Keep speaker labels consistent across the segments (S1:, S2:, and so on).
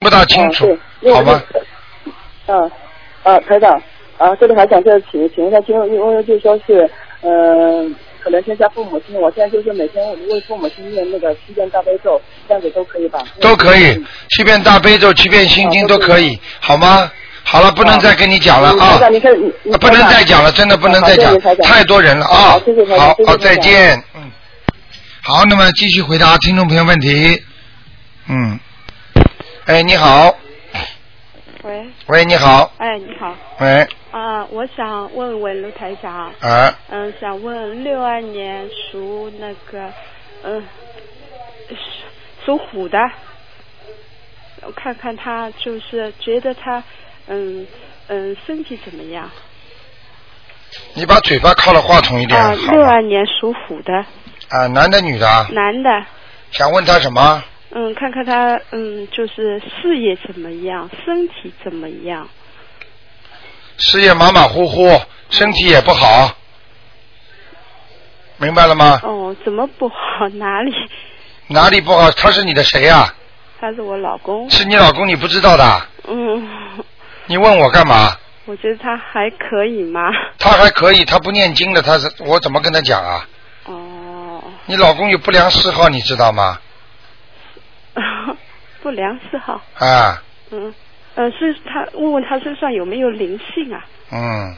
S1: 不大清楚，
S2: 哦
S1: 好吗？
S2: 嗯，啊，台长，啊，这里还想再请请问一下，因为因为就是说是，嗯、可能添加父母亲，我现在就是每天为父母亲念那个七遍大悲咒，这样子都可以吧？
S1: 都可以，七遍大悲咒、七遍心经都可以，好吗？好了，不能再跟你讲了
S2: 台
S1: 啊！
S2: 嗯长，你看你你
S1: 不能再讲了，真的不能再
S2: 好
S1: 讲
S2: 谢谢台，长
S1: 太多人了啊
S2: 好谢谢！台长
S1: 好
S2: 谢，谢台
S1: 好，
S2: 长
S1: 再见。嗯，好，那么继续回答听众朋友问题。嗯，哎，你好，
S3: 喂，
S1: 喂，你好，
S3: 哎，你好，
S1: 喂，
S3: 啊、我想问问卢台长，
S1: 啊，
S3: 嗯、想问六二年属那个，嗯、属属虎的，我看看他就是觉得他，嗯嗯，身体怎么样？
S1: 你把嘴巴靠了话筒一点，
S4: 呃
S3: 啊、
S1: 好
S3: 六
S1: 吗？
S3: 二年属虎的
S1: 啊，男的女的啊？
S3: 男的，
S1: 想问他什么？
S3: 嗯，看看他，嗯，就是事业怎么样，身体怎么样？
S1: 事业马马虎虎，身体也不好，明白了吗？
S3: 哦，怎么不好？ 哪里？
S1: 哪里不好？他是你的谁呀、
S3: 他是我老公，
S1: 是你老公，你不知道的？啊
S3: 嗯。
S1: 你问我干嘛？
S3: 我觉得他还可以吗？
S1: 他还可以，他不念经的，他是我怎么跟他讲啊？
S3: 哦，
S1: 你老公有不良嗜好，你知道吗？
S3: 不良嗜好，
S1: 啊，
S3: 嗯，呃，是他问问他身上有没有灵性啊？
S1: 嗯，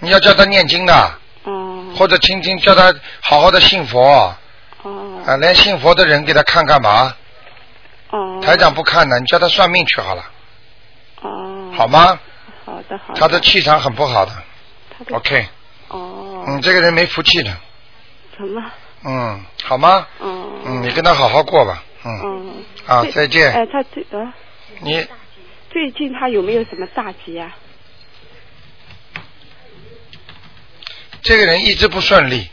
S1: 你要叫他念经的，
S3: 哦，
S1: 或者轻轻叫他好好的信佛
S3: 哦，
S1: 啊，连信佛的人给他看干嘛？
S3: 哦，
S1: 台长不看的，你叫他算命去好了，
S3: 哦，
S1: 好？吗？
S3: 好的，好的。
S1: 他的气场很不好的
S3: 他的
S1: ，OK，
S3: 哦，
S1: 嗯，这个人没福气的，
S3: 什么？
S1: 嗯，好吗？
S3: 哦，
S1: 嗯，你跟他好好过吧，嗯，
S3: 嗯，
S1: 啊，
S3: 对
S1: 再见，
S3: 哎，他最呃，
S1: 你
S3: 最近他有没有什么大吉啊？
S1: 这个人一直不顺利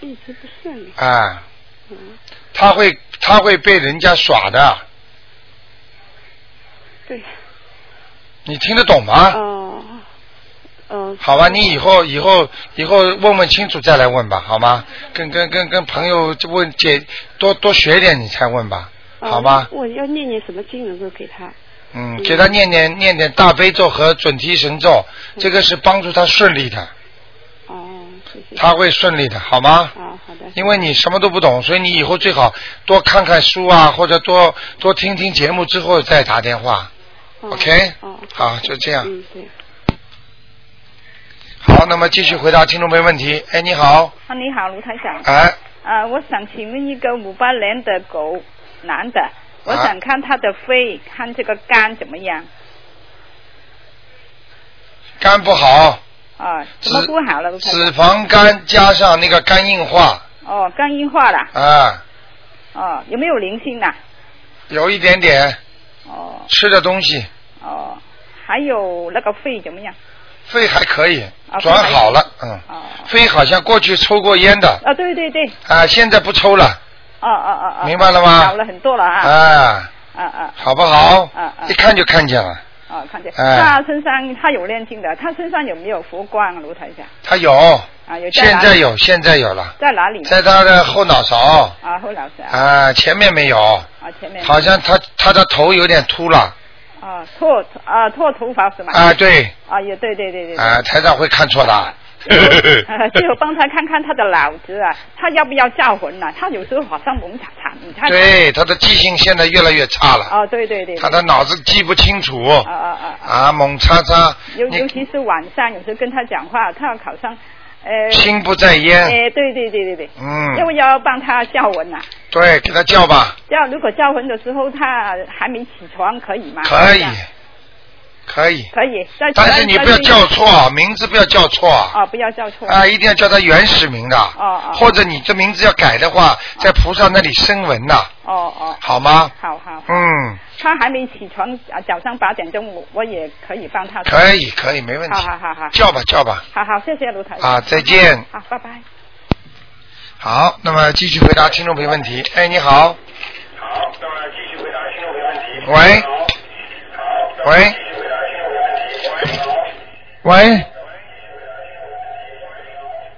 S3: 一直不顺利，
S1: 啊。
S3: 嗯，
S1: 他会他会被人家耍的，
S3: 对，
S1: 你听得懂吗？
S3: 哦，嗯，
S1: 好吧，你以后以后以后问问清楚再来问吧，好吗？跟跟跟跟朋友就问姐多多学一点，你才问吧，
S3: 哦
S1: 好吗？
S3: 我要念念什么经能够给他？
S1: 嗯，给他念念念点大悲咒和准提神咒，这个是帮助他顺利的，
S3: 嗯哦，谢谢。
S1: 他会顺利的，好吗？
S3: 啊，好的。
S1: 因为你什么都不懂，所以你以后最好多看看书啊，或者多多听听节目之后再打电话。
S3: 哦
S1: OK，
S3: 哦，
S1: 好，就这样。
S3: 嗯，对。
S1: 好，那么继续回答听众朋友问题。哎，你好，
S5: 啊，你好，卢台长。
S1: 哎，
S5: 啊，我想请问一个五八年的狗，男的，我
S1: 啊
S5: 想看他的肺，看这个肝怎么样
S1: 肝不好，
S5: 啊？
S1: 脂
S5: 怎么不好了，卢台长？
S1: 脂肪肝加上那个肝硬化
S5: 哦，肝硬化了。
S1: 啊，
S5: 哦，有没有灵性呐？
S1: 有一点点
S5: 哦
S1: 吃的东西，
S5: 哦，还有那个肺怎么样？
S1: 肺还可以
S5: 啊，肺
S1: 转
S5: 还
S1: 好了，嗯，
S5: 哦
S1: 肺好像过去抽过烟的
S5: 啊，对对对，
S1: 啊，现在不抽了
S5: 哦哦哦哦，
S1: 明白了吗
S5: 好了很多了啊
S1: 啊，
S5: 啊啊
S1: 好不好
S5: 啊啊？
S1: 一看就看见了，
S5: 啊！看见
S1: 哎
S5: 他身上他有念经的，他身上有没有佛光啊，卢台长？
S1: 他有，
S5: 啊，有在
S1: 现
S5: 哪
S1: 在
S5: 里？
S1: 有，现在有了，
S5: 在哪里？
S1: 在他的后脑勺
S5: 啊，侯老师啊，
S1: 啊，前面没有，
S5: 啊前面
S1: 好像他他的头有点秃了
S5: 啊，脱啊脱头发是吗？
S1: 啊，对。
S5: 啊，也对对对对。对
S1: 啊，台长会看错的啊。
S5: 呃最后帮他看看他的脑子啊，他要不要叫魂呐、他有时候好像懵查查，你看。。
S1: 对，他的记性现在越来越差了，
S5: 哦，对对对。对
S1: 他的脑子记不清楚。
S5: 啊啊啊啊！
S1: 啊，猛叉叉，
S5: 尤尤
S1: 你
S5: 其是晚上，有时候跟他讲话，他好像，呃，
S1: 心不在焉。
S5: 哎，对对对对对，因
S1: 嗯，
S5: 为要帮他叫魂呐、啊
S1: 对，给他叫吧，
S5: 叫如果叫魂的时候他还没起床，可以吗？
S1: 可以
S5: 这样，
S1: 可以，
S5: 可以。再
S1: 但是你不要叫。错，啊名字不要叫错。
S5: 哦，不要叫错。
S1: 啊，一定要叫他原始名的，
S5: 哦
S1: 或者你这名字要改的话，在菩萨那里声闻呐，
S5: 哦哦，
S1: 好吗？
S5: 好好。
S1: 嗯，
S5: 他还没起床，啊，早上八点钟我我也可以帮他。
S1: 可以，可以，没问题
S5: 好。好好好，
S1: 叫吧，叫吧，
S5: 好好，谢谢卢台长。
S1: 啊，再见。
S5: 好，拜拜。
S1: 好，那么继续回答听众朋友问题。哎，你好。好，那么继续回答听众朋友问题。喂。喂。喂，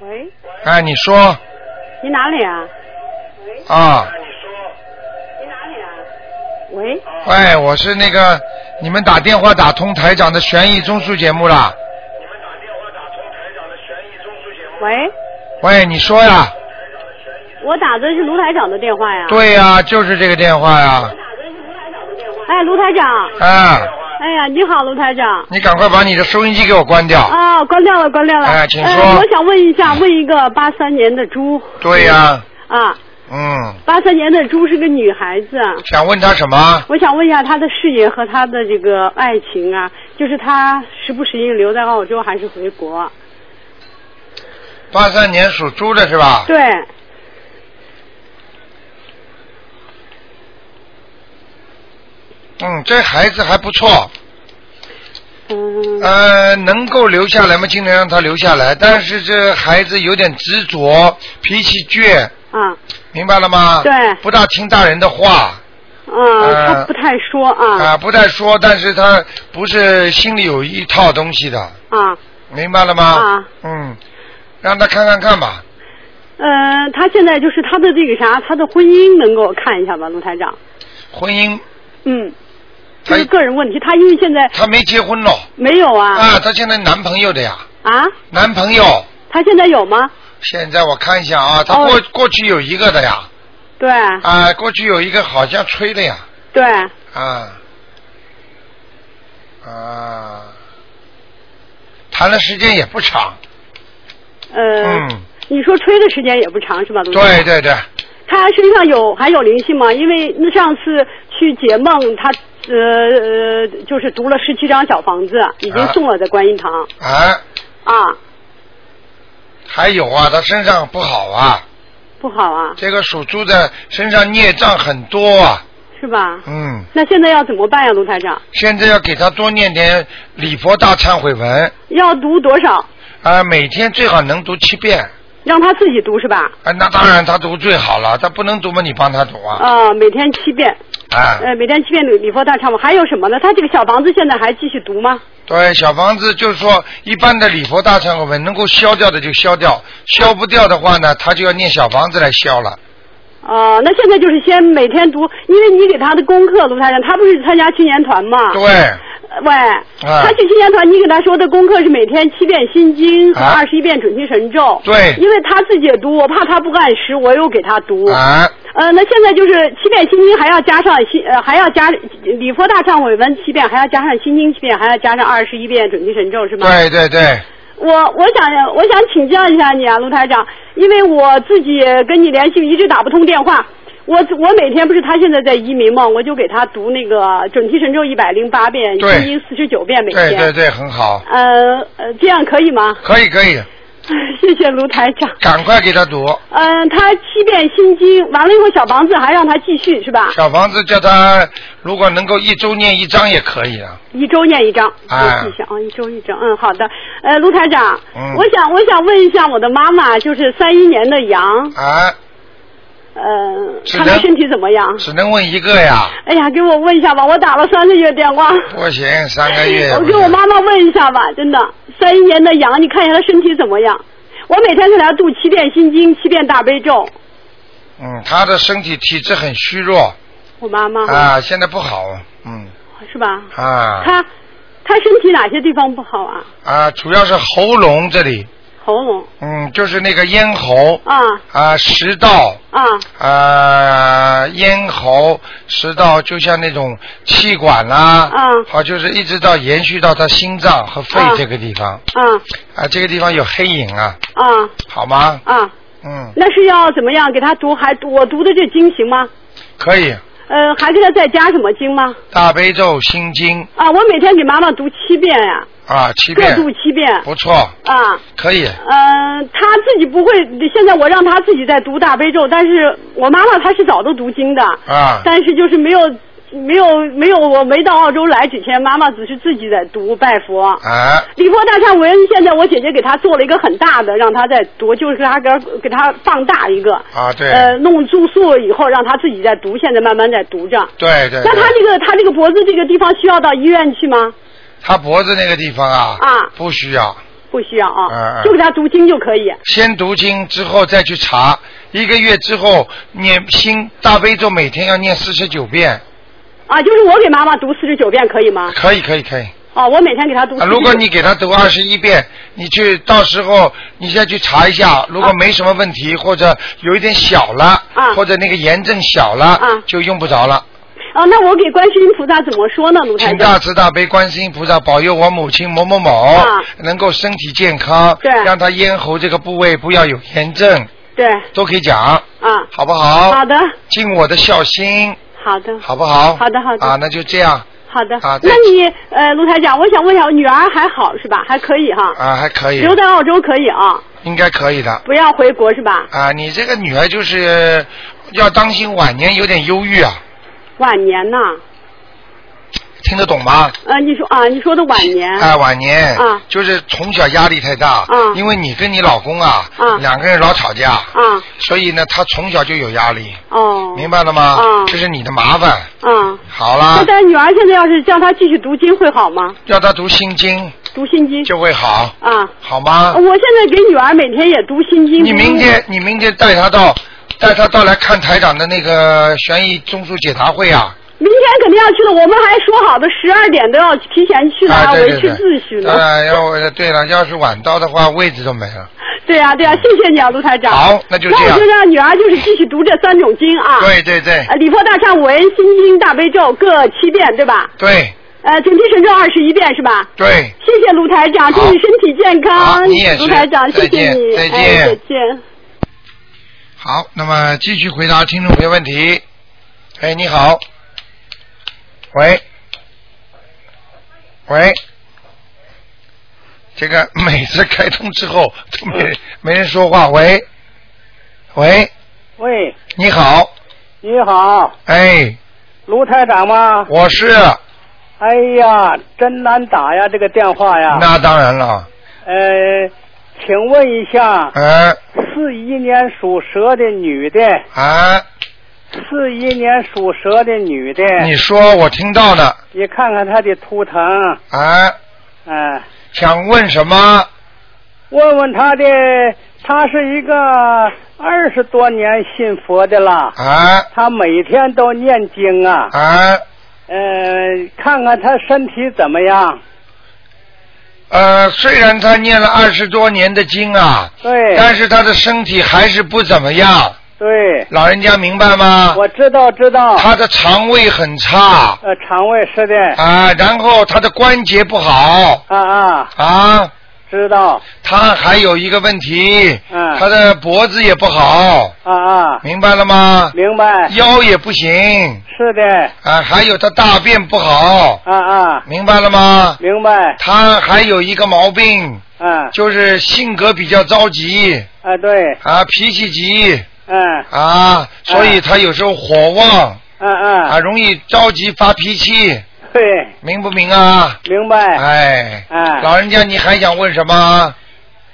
S3: 喂，
S1: 哎，你说
S3: 你哪里啊？
S1: 啊，
S3: 喂，喂，
S1: 喂，哎我是那个你们打电话打通台长的悬疑综述节目啦。
S3: 喂，
S1: 喂，你说呀？
S6: 我打的是卢台长的电话呀。
S1: 对呀、就是这个电话呀。
S6: 哎，卢台长，
S1: 啊，
S6: 哎呀，你好，卢台长。
S1: 你赶快把你的收音机给我关掉。
S6: 啊，关掉了，关掉了。
S1: 哎请
S6: 呃
S1: 说
S6: 我想问一下，问一个八三年的猪
S1: 对呀、
S6: 啊，
S1: 嗯，
S6: 八三年的猪是个女孩子，
S1: 想问他什么？
S6: 我想问一下她的事业和她的这个爱情啊，就是她时不时应留在澳洲还是回国？
S1: 八三年属猪的是吧？
S6: 对，
S1: 嗯，这孩子还不错，
S6: 嗯，
S1: 呃，能够留下来嘛，尽量让他留下来。但是这孩子有点执着，脾气倔，
S6: 啊，
S1: 明白了吗？
S6: 对
S1: 不大听大人的话
S6: 啊，
S1: 呃
S6: 她不太说
S1: 啊、
S6: 啊
S1: 不太说，但是他不是心里有一套东西的，
S6: 啊，
S1: 明白了吗？
S6: 啊
S1: 嗯，让他看看看吧。
S6: 呃，她现在就是她的这个啥，她的婚姻能给我看一下吧，卢台长？
S1: 婚姻
S6: 嗯，
S1: 他
S6: 就是个人问题，她因为现在
S1: 他没结婚咯
S6: 没有啊
S1: 啊，他现在男朋友的呀，
S6: 啊，
S1: 男朋友。
S6: 她现在有吗？
S1: 现在我看一下啊，他
S6: 哦
S1: 过、过去有一个的呀，
S6: 对
S1: 啊、过去有一个好像吹的呀，
S6: 对，
S1: 啊，啊，谈的时间也不长，
S6: 呃，
S1: 嗯，
S6: 你说吹的时间也不长是吧，卢台
S1: 对
S6: 长
S1: 对对，
S6: 他身上有还有灵性吗？因为那上次去解梦，他呃呃，就是读了十七张小房子，已经送了在观音堂
S1: 啊，
S6: 啊，
S1: 还有啊，他身上不好啊，
S6: 不好啊，
S1: 这个属猪的身上孽障很多啊，
S6: 是吧？
S1: 嗯，
S6: 那现在要怎么办呀，卢台长？
S1: 现在要给他多念点礼佛大忏悔文
S6: 要读多少？
S1: 啊，每天最好能读七遍
S6: 让他自己读是吧？
S1: 啊，那当然他读最好了，他不能读嘛，你帮他读啊，
S6: 啊、每天七遍，
S1: 啊，
S6: 呃，每天七遍礼礼佛大忏悔，还有什么呢？他这个小房子现在还继续读吗？
S1: 对，小房子就是说，一般的礼佛大忏悔文能够消掉的就消掉，消不掉的话呢，他就要念小房子来消了。
S6: 啊、那现在就是先每天读，因为你给他的功课，卢台长，他不是参加青年团
S4: 啊
S6: 吗？
S1: 对，啊哎
S6: 喂，他去青年团，你给他说的功课是每天七遍心经和
S1: 啊
S6: 二十一遍准提神咒。
S1: 对
S6: 因为他自己也读，我怕他不按时，我又给他读。
S1: 啊，
S6: 呃，那现在就是七遍心经，还要加上心，呃，还要加礼佛大忏悔文七遍，还要加上心经七遍，还要加上二十一遍准提神咒，是吗？
S1: 对对对，
S6: 我我想我想请教一下你啊，卢台长，因为我自己跟你联系一直打不通电话。我我每天不是他现在在移民嘛，我就给他读那个准提神咒一百零八遍，
S1: 对
S6: 心经四十九遍每天。
S1: 对对对，很好，
S6: 呃呃，这样可以吗？
S1: 可以可以，
S6: 谢谢卢台长。
S1: 赶快给他读
S6: 嗯、他七遍心经，完了以后小房子还让他继续是吧？
S1: 小房子，叫他如果能够一周念一章也可以啊。
S6: 一周念一张，
S1: 哎
S6: 我记一下啊，一周一张，嗯，好的。呃，卢台长，
S1: 嗯
S6: 我想我想问一下我的妈妈，就是三一年的羊，
S1: 啊，
S6: 呃，
S1: 是
S6: 他的
S1: 的
S6: 身体怎么样？
S1: 只能问一个呀，
S6: 哎呀，给我问一下吧，我打了三个月电话。
S1: 不哎行，三个月。
S6: 我给我妈妈问一下吧，真的，三一年的羊，你看一下她身体怎么样？我每天给她读七遍心经，七遍大悲咒。
S1: 嗯，他的身体体质很虚弱
S6: 我妈妈，
S1: 啊，现在不好，嗯
S6: 是吧？
S1: 啊
S6: 她她身体哪些地方不好啊？
S1: 啊，主要是喉咙这里，
S6: 喉咙
S1: 嗯，就是那个咽喉。
S6: 啊
S1: 啊，食道
S6: 啊
S1: 啊，咽喉、食道，就像那种气管啦、
S6: 嗯
S1: 好，就是一直到延续到他心脏和肺
S6: 嗯
S1: 这个地方
S6: 啊
S1: 啊，这个地方有黑影啊，
S6: 啊
S1: 好吗？
S6: 啊！
S1: 嗯，
S6: 那是要怎么样给她读？还我读的这经行吗？
S1: 可以，
S6: 呃，还给她再加什么经吗？
S1: 大悲咒、心经
S6: 啊，我每天给妈妈读七遍呀、
S1: 啊，七
S6: 各
S1: 遍，
S6: 读七遍
S1: 不错，
S6: 啊。
S1: 可以，
S6: 呃，他自己不会，现在我让他自己在读大悲咒，但是我妈妈她是早都读经的，
S1: 啊
S6: 但是就是没有没有没有，我没到澳洲来之前，妈妈只是自己在读拜佛。
S1: 啊，
S6: 礼佛大忏悔文，现在我姐姐给她做了一个很大的，让她在读，就是她给她给她放大一个，
S1: 啊对
S6: 呃，弄住宿以后让她自己在读，现在慢慢在读着。
S1: 对对
S6: 那她
S1: 对，
S6: 这个她这个脖子这个地方需要到医院去吗？
S1: 他脖子那个地方啊，
S6: 啊
S1: 不需要，
S6: 不需要
S1: 嗯
S6: 啊，
S1: 嗯
S6: 就给她读经就可以。
S1: 先读经之后再去查，一个月之后念心大悲咒每天要念四十九遍，
S6: 啊、啊，就是我给妈妈读四十九遍可以吗？
S1: 可以可以可以。
S6: 啊，我每天给她读49
S1: 啊，
S6: 遍。
S1: 如果你给他读二十一遍，你去到时候你再去查一下，如果没什么问题，或者有一点小了，
S6: 啊
S1: 或者那个炎症小了，
S6: 啊
S1: 就用不着了。
S6: 啊，那我给观世音菩萨怎么说呢，卢台
S1: 请
S6: 长
S1: 大？慈大悲观世音菩萨保佑我母亲某某某、
S6: 啊
S1: 能够身体健康，
S6: 对
S1: 让她咽喉这个部位不要有炎症，
S6: 对，
S1: 都可以讲，
S6: 啊，
S1: 好不好？
S6: 好的，
S1: 尽我的孝心，
S6: 好的，
S1: 好不好？
S6: 好的好的
S1: 啊，那就这样
S6: 好的
S1: 啊。对
S6: 那你呃，卢台长，我想问一下，我女儿还好是吧？还可以哈，
S1: 啊，还可以
S6: 留，在澳洲可以啊，
S1: 应该可以的
S6: 不要回国是吧？
S1: 啊。你这个女儿就是要当心晚年有点忧郁啊，
S6: 晚年呐，
S1: 听得懂吗？
S6: 呃，你说啊，你说的晚年，
S1: 哎，晚年
S6: 啊
S1: 就是从小压力太大，
S6: 啊
S1: 因为你跟你老公啊
S6: 啊
S1: 两个人老吵架，
S6: 啊，
S1: 所以呢，她从小就有压力。
S6: 哦，
S1: 明白了吗？
S6: 嗯
S1: 这是你的麻烦。
S6: 啊。
S1: 好
S6: 那
S1: 啦，
S6: 但女儿现在要是叫她继续读经会好吗？
S1: 要他读心经
S6: 读心经
S1: 就会好，
S6: 啊。
S1: 好吗？
S6: 我现在给女儿每天也读心经。
S1: 你明
S6: 读
S1: 天你明天带他到带他到来看台长的那个悬疑综述解答会啊！
S6: 明天肯定要去的，我们还说好的十二点都要提前去的，
S1: 啊，
S6: 还
S1: 对对
S6: 维持
S1: 对，
S6: 秩序呢。
S1: 啊，要对了，要是晚到的话，位置都没了。
S6: 对呀、对呀、谢谢你啊，卢台长。
S1: 嗯好那就这样
S6: 那我就让女儿就是继续读这三种经啊。
S1: 对对对
S6: 呃，礼佛大忏悔心经大悲咒各七遍，对吧？
S1: 对
S6: 呃，准提神咒二十一遍，是吧？
S1: 对，
S6: 谢谢卢台长，祝
S1: 好
S6: 你身体健
S1: 好
S6: 康。
S1: 你也是
S6: 卢台长，谢谢你，
S1: 再见
S6: 哎、
S1: 再
S6: 再
S1: 见
S6: 见。
S1: 好，那么继续回答听众朋友问题。哎，你好，喂，喂，这个每次开通之后都没人没人说话。喂，喂，
S7: 喂，
S1: 你好，
S7: 你好，
S1: 哎，
S7: 卢台长吗？
S1: 我是，
S7: 哎呀，真难打呀，这个电话呀。
S1: 那当然了，
S7: 呃，请问一下，
S1: 哎
S7: 四一年属蛇的女的，
S1: 哎，
S7: 四一年属蛇的女的，
S1: 你说我听到了，
S7: 你看看她的图腾，
S1: 哎，
S7: 嗯、
S1: 想问什么？
S7: 问问她的，她是一个二十多年信佛的了，
S1: 哎
S7: 她每天都念经啊，
S1: 哎，
S7: 呃，看看她身体怎么样。
S1: 呃，虽然他念了二十多年的经啊，
S7: 对，
S1: 但是他的身体还是不怎么样，
S7: 对。
S1: 老人家明白吗？
S7: 我知道，知道。
S1: 他的肠胃很差
S7: 呃，肠胃是的。
S1: 啊，然后他的关节不好
S7: 啊啊，
S1: 啊，
S7: 知道。
S1: 他还有一个问题，
S7: 嗯
S1: 他的脖子也不好，
S7: 啊啊，
S1: 明白了吗？
S7: 明白。
S1: 腰也不行
S7: 是的。
S1: 啊，还有他大便不好，
S7: 啊啊，
S1: 明白了吗？
S7: 明白。
S1: 他还有一个毛病，
S7: 嗯
S1: 就是性格比较着急
S7: 啊，对。
S1: 啊，脾气急
S7: 嗯
S1: 啊，所以他有时候火旺。
S7: 嗯
S1: 啊，
S7: 嗯，
S1: 容易着急发脾气，
S7: 对，
S1: 明不明啊？
S7: 明白。
S1: 哎，
S7: 哎
S1: 老人家，你还想问什么？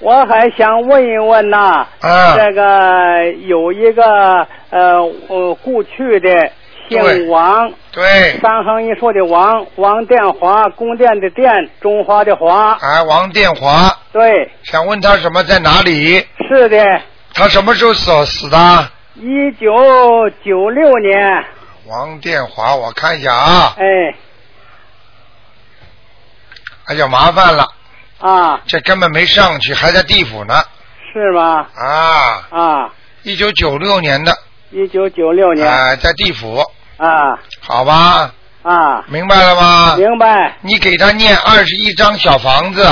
S7: 我还想问一问呐，
S1: 啊，
S7: 这个有一个呃，我过去的
S1: 对
S7: 姓王，
S1: 对，
S7: 三横一竖的王，王殿华，宫殿的殿，中华的华，
S1: 哎，王殿华，
S7: 对，
S1: 想问他什么在哪里？
S7: 是的。
S1: 他什么时候死死的？
S7: 一九九六年，
S1: 王殿华，我看一下啊，
S7: 哎
S1: 哎呀，麻烦了，
S7: 啊，
S1: 这根本没上去，还在地府呢。
S7: 是吗？
S1: 啊，
S7: 啊，
S1: 一九九六年的，
S7: 一九九六年
S1: 哎、在地府，
S7: 啊
S1: 好吧，
S7: 啊，
S1: 明白了吗？
S7: 明白。
S1: 你给他念二十一张小房子，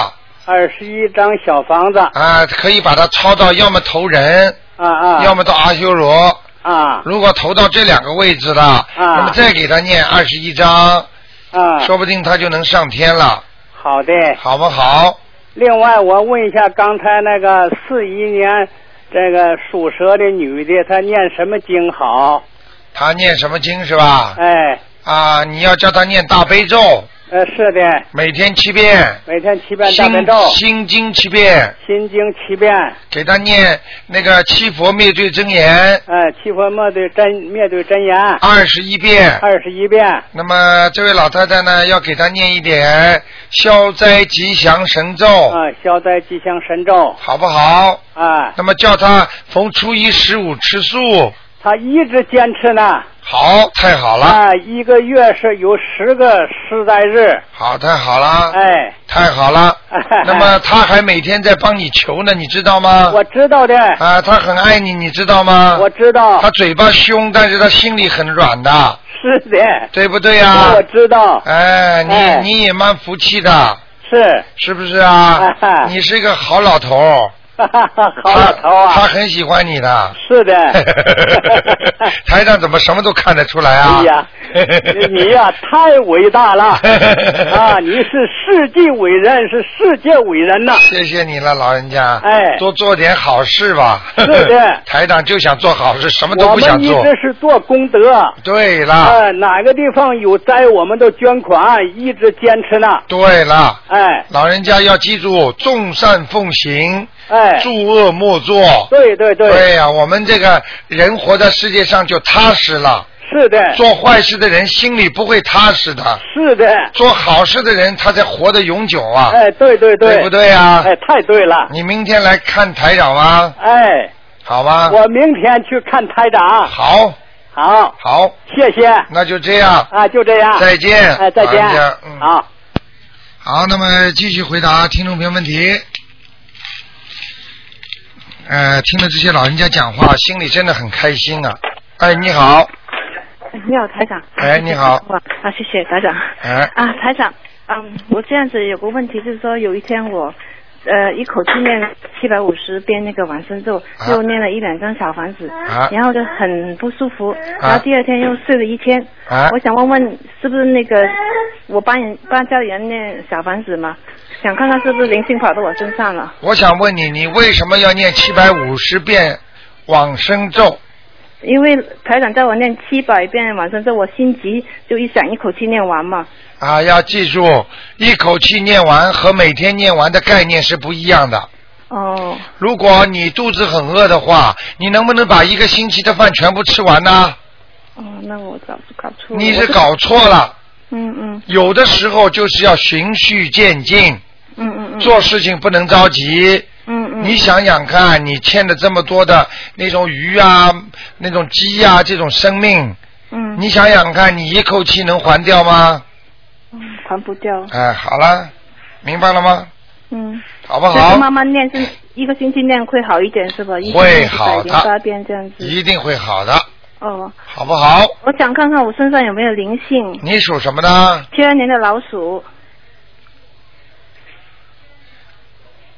S7: 二十一张小房子，啊
S1: 啊，可以把它抄到，要么投人，
S7: 啊，
S1: 要么到阿修罗。
S7: 啊
S1: 如果投到这两个位置了，那么再给他念二十一章，
S7: 啊，
S1: 说不定他就能上天了，
S7: 好的。
S1: 好不好？
S7: 另外，我问一下，刚才那个四一年这个属蛇的女的，她念什么经好？
S1: 他念什么经是吧？
S7: 哎，
S1: 啊，你要叫他念大悲咒，
S7: 呃，是的，
S1: 每天七遍，
S7: 每天七遍大
S1: 心
S7: 悲咒，
S1: 心经七遍，
S7: 心经七遍，
S1: 给他念那个七佛灭罪真言
S7: 呃，七佛灭罪真灭罪真言，
S1: 二十一遍。
S7: 二十一遍。
S1: 那么这位老太太呢，要给他念一点消灾吉祥神咒，
S7: 啊，消灾吉祥神咒
S1: 好不好？
S7: 啊，
S1: 那么叫他逢初一十五吃素，
S7: 她一直坚持呢。
S1: 好，太好了，
S7: 啊，一个月是有十个施灾日，
S1: 好，太好了，
S7: 哎，
S1: 太好了。啊 那么他还每天在帮你求呢，你知道吗？
S7: 我知道的，
S1: 啊，他很爱你，你知道吗？
S7: 我知道
S1: 他，嘴巴凶，但是他心里很软的，
S7: 是的，
S1: 对不对呀
S7: 我？知道，
S1: 哎，你
S7: 哎
S1: 你也蛮服气的，
S7: 是，
S1: 是不是啊
S7: 哎哎？
S1: 你是一个好老头儿，
S7: 哈哈哈，好老头啊，
S1: 他他很喜欢你的。，
S7: 是的
S1: 台长怎么什么都看得出来啊？
S7: 哎呀， 你呀、太伟大了啊！你是世纪伟人，是世界伟人呐、
S1: 谢谢你了，老人家。
S7: 哎
S1: 多做点好事吧。
S7: 是的
S1: 台长就想做好事，什么都
S7: 我
S1: 不想
S7: 们一
S1: 做。
S7: 直是做功德，
S1: 对了，
S7: 呃，哪个地方有灾，我们都捐款，一直坚持呢。
S1: 对了，
S7: 哎
S1: 老人家要记住，众善奉行，
S7: 哎，
S1: 诸恶莫作。
S7: 对对对，
S1: 对呀、我们这个人活在世界上就踏实了。
S7: 是的，
S1: 做坏事的人心里不会踏实的，
S7: 是的，
S1: 做好事的人他才活得永久啊，
S7: 哎，对对
S1: 对不对啊？
S7: 哎，太对了，
S1: 你明天来看台长吗？
S7: 哎，
S1: 好吗？
S7: 我明天去看台长，
S1: 好，
S7: 好，
S1: 好，
S7: 谢谢，
S1: 那就这样，
S7: 啊，就这样，
S1: 再见。
S7: 哎，再见
S1: 老人家，嗯，
S7: 好。
S1: 好，那么继续回答听众朋友问题。呃，听了这些老人家讲话，心里真的很开心啊！哎，你好，
S4: 你好，台长。
S1: 哎你好
S4: 哇啊，谢谢台长。
S1: 哎，
S4: 啊，台长，嗯，我这样子有个问题，就是说有一天我，呃，一口气念七百五十遍那个往生咒，
S1: 啊
S4: 又念了一两张小房子，
S1: 啊
S4: 然后就很不舒服，然后第二天又睡了一天。
S1: 啊
S4: 我想问问，是不是那个我帮人帮家里人念小房子嘛？想看看是不是灵性跑到我身上了，
S1: 我想问你，你为什么要念七百五十遍往生咒？
S4: 因为台长叫我念七百遍往生咒，我心急就一想一口气念完嘛。
S1: 啊，要记住，一口气念完和每天念完的概念是不一样的。
S4: 哦，
S1: 如果你肚子很饿的话，你能不能把一个星期的饭全部吃完呢？
S4: 哦，那我搞搞错了。
S1: 你
S4: 我
S1: 是
S4: 就
S1: 搞错了，
S4: 嗯嗯
S1: 有的时候就是要循序渐进，
S4: 嗯嗯嗯。
S1: 做事情不能着急。
S4: 嗯嗯。
S1: 你想想看，你欠了这么多的那种鱼啊、那种鸡啊这种生命，
S4: 嗯
S1: 你想想看，你一口气能还掉吗？
S4: 嗯还不掉。
S1: 哎，好了，明白了吗？
S4: 嗯。
S1: 好不
S4: 那
S1: 好
S4: 就？慢慢念，是一个星期念会好一点是吧？一
S1: 会好的
S4: 零八遍这样子。
S1: 一定会好的，
S4: 哦，
S1: 好不好？
S4: 我想看看我身上有没有灵性。
S1: 你属什么呢？
S4: 七二年的老鼠，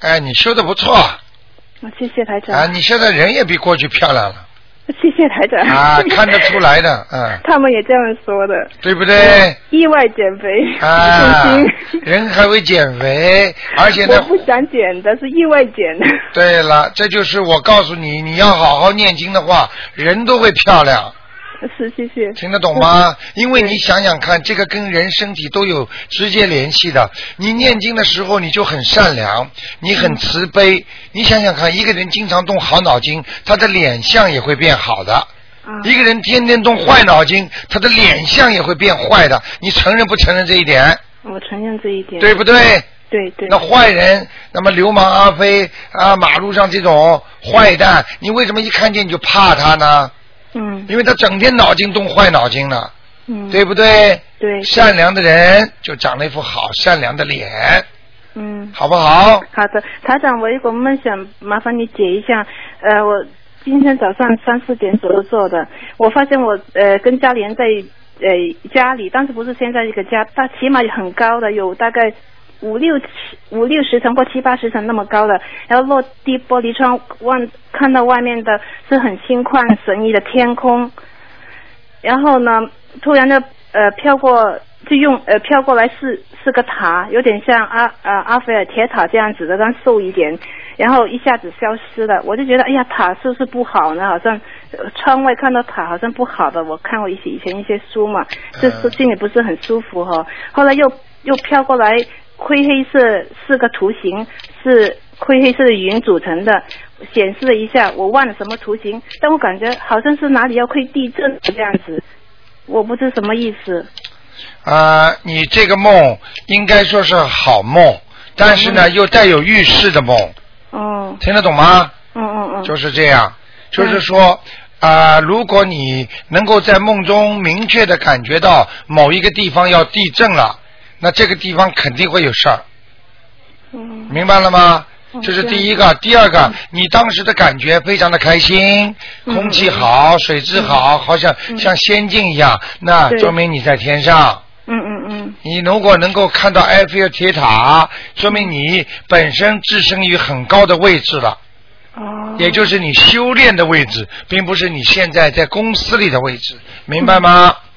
S1: 哎，你修的不错
S4: 啊谢谢台长。
S1: 啊，你现在人也比过去漂亮了
S4: 谢谢台长。
S1: 啊，看得出。来的，嗯，
S4: 他们也这样说的。
S1: 对不对？
S4: 意外减肥，
S1: 啊
S4: 很开，心。
S1: 人还会减肥，而且呢
S4: 嗯 我，不想减，但是意外减的。
S1: 对了，这就是我告诉你，你要好好念经的话，人都会漂亮，
S4: 是，谢谢。
S1: 听得懂吗？因为你想想看，这个跟人身体都有直接联系的。你念经的时候，你就很善良，你很慈悲。你想想看，一个人经常动好脑筋，他的脸相也会变好的。
S4: 啊，
S1: 一个人天天动坏脑筋，他的脸相也会变坏的。你承认不承认这一点？
S4: 我承认这一点。
S1: 对不对？
S4: 对对。
S1: 那坏人，那么流氓阿飞啊，马路上这种坏蛋，你为什么一看见你就怕他呢？
S4: 嗯
S1: 因为他整天脑筋动坏脑筋呢，
S4: 嗯，
S1: 对不对？
S4: 对，
S1: 善良的人就长了一副好善良的脸，
S4: 嗯，
S1: 好不好？
S4: 好的，台长，我有个梦想，麻烦你解一下。呃，我今天早上三四点左右做的，我发现我呃跟家里人在呃家里，但是不是现在这个家，但起码很高的，有大概五六七五六十层或七八十层那么高的，然后落地玻璃窗望看到外面的是很心旷神怡的天空，然后呢，突然的呃飘过，就用呃飘过来四四个塔，有点像阿呃阿菲尔铁塔这样子的，但瘦一点，然后一下子消失了。我就觉得，哎呀，塔是不是不好呢？好像、呃窗外看到塔好像不好的。我看过一些以前一些书嘛，就是心里不是很舒服哈、后来又又飘过来灰黑色四个图形是灰黑色的云组成的，显示了一下，我忘了什么图形，但我感觉好像是哪里要会地震的样子，我不知什么意思。
S1: 啊、你这个梦应该说是好梦，但是
S4: 嗯
S1: 呢，又带有预示的梦，
S4: 哦，
S1: 听得懂吗？
S4: 嗯嗯嗯，嗯
S1: 就是这样，就是说，啊、如果你能够在梦中明确的感觉到某一个地方要地震了，那这个地方肯定会有事儿。
S4: 嗯
S1: 明白了吗？
S4: 嗯
S1: 这是
S4: 对
S1: 第一个，第二个，你当时的感觉非常的开心，
S4: 嗯
S1: 空气好，水质好，好像像仙境一样，那
S4: 对
S1: 说明你在天上。
S4: 嗯嗯嗯
S1: 你如果能够看到埃菲尔铁塔，说明你本身置身于很高的位置了，
S4: 哦，
S1: 也就是你修炼的位置，并不是你现在在公司里的位置，明白吗？
S4: 嗯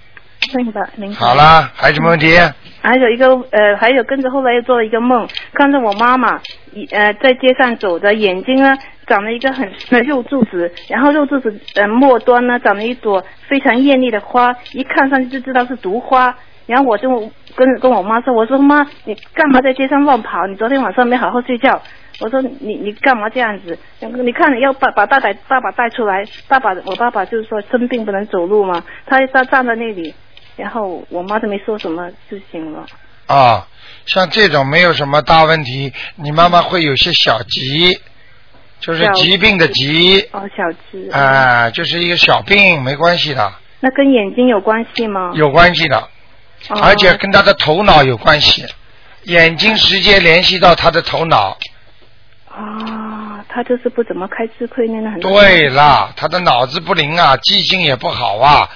S4: 明白明白。
S1: 好啦，还有什么问题？
S4: 还有一个呃，还有跟着后来又做了一个梦，看着我妈妈一呃在街上走着，眼睛呢长了一个很深的肉柱子，然后肉柱子呃末端呢长了一朵非常艳丽的花，一看上去就知道是毒花。然后我就跟跟我妈说，我说妈，你干嘛在街上乱跑？你昨天晚上没好好睡觉。我说你你干嘛这样子？你看你要把把大仔爸爸带出来，爸爸我爸爸就是说生病不能走路嘛，他他站在那里，然后我妈都没说什么就行了。
S1: 啊、像这种没有什么大问题，你妈妈会有些小疾，就是
S4: 小
S1: 疾病的疾，
S4: 哦，小只。
S1: 啊、就是一个小病，没关系的，
S4: 那跟眼睛有关系吗？
S1: 有关系的，
S4: 哦
S1: 而且跟她的头脑有关系，眼睛直接联系到她的头脑。
S4: 啊，他就是不怎么开智慧，那很。
S1: 对啦，她的脑子不灵啊，记性也不好啊，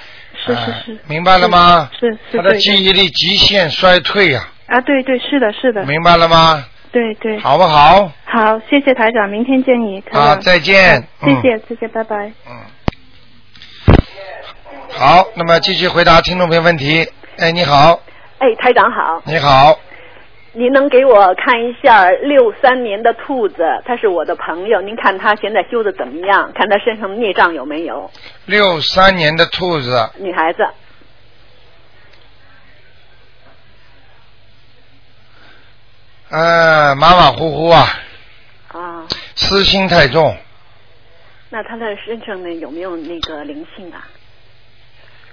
S4: 是是
S1: 哎
S4: 是。
S1: 明白了吗？
S4: 是是
S1: 她的
S4: 对
S1: 记忆力极限衰退呀、
S4: 啊，对对，是的，是的，
S1: 明白了吗？
S4: 对对。
S1: 好不好？
S4: 好，谢谢台长，明天见你。台长
S1: 啊，再见。
S4: 谢
S1: 嗯
S4: 谢，谢谢，拜拜。
S1: 嗯，好，那么继续回答听众朋友问题。哎，你好，
S8: 哎，台长好，
S1: 你好，
S8: 您能给我看一下六三年的兔子，他是我的朋友，您看他现在修的怎么样？看他身上的孽障有没有？
S1: 六三年的兔子，
S8: 女孩子，
S1: 呃，马马虎虎啊，
S8: 啊，
S1: 私心太重，
S8: 那他的身上呢有没有那个灵性啊？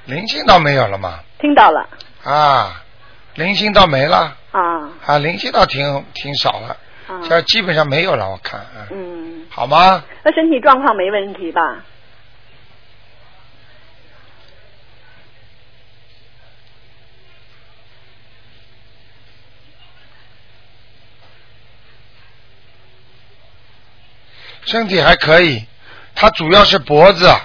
S1: 灵性倒没有了嘛，
S8: 听到了
S1: 啊，灵性倒没了，
S8: 啊
S1: 啊，灵性倒挺挺少了，
S8: 啊，
S1: 这基本上没有了，我看，啊，
S8: 嗯，
S1: 好吗？
S8: 他身体状况没问题吧？
S1: 身体还可以，它主要是脖子
S8: 啊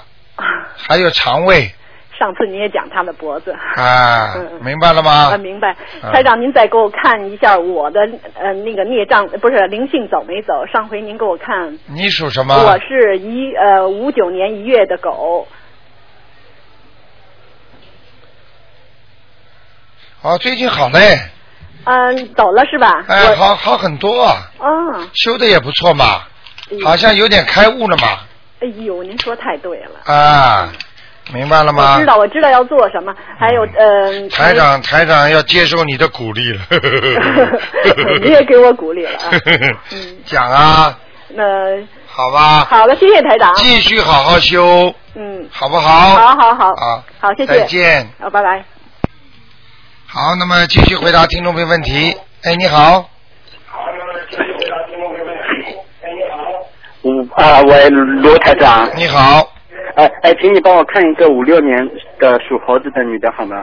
S1: 还有肠胃
S8: 上次你也讲他的脖子
S1: 啊
S8: 嗯，嗯
S1: 明白了吗？
S8: 啊，明白。
S1: 嗯
S8: 台长，您再给我看一下我的呃那个孽障，不是灵性走没走？上回您给我看
S1: 你属什么？
S8: 我是一呃五九年一月的狗，
S1: 哦，最近好嘞，
S8: 嗯，走了是吧？
S1: 哎，
S8: 我
S1: 好好很多啊，
S8: 啊，
S1: 修的也不错嘛，
S8: 嗯
S1: 好像有点开悟了嘛，
S8: 哎呦，您说太对了。
S1: 啊，明白了
S8: 我
S1: 吗
S8: 知？道，我知道要做什么。还有，嗯，
S1: 台长，台长要接受你的鼓励了。
S8: 你也 给我鼓励了啊嗯
S1: 讲啊，
S8: 那
S1: 好吧，
S8: 好了，谢谢台长。
S1: 啊继续好好修，
S8: 嗯，
S1: 好不好？
S8: 好好好
S1: 啊，
S8: 好谢谢
S1: 再见。
S8: 好，拜拜。
S1: 好，那么继续回答听众朋友问题。哎，你好，
S9: 嗯啊，喂，罗台长，
S1: 你好，
S9: 哎哎，请你帮我看一个五六年的属猴子的女的好吗？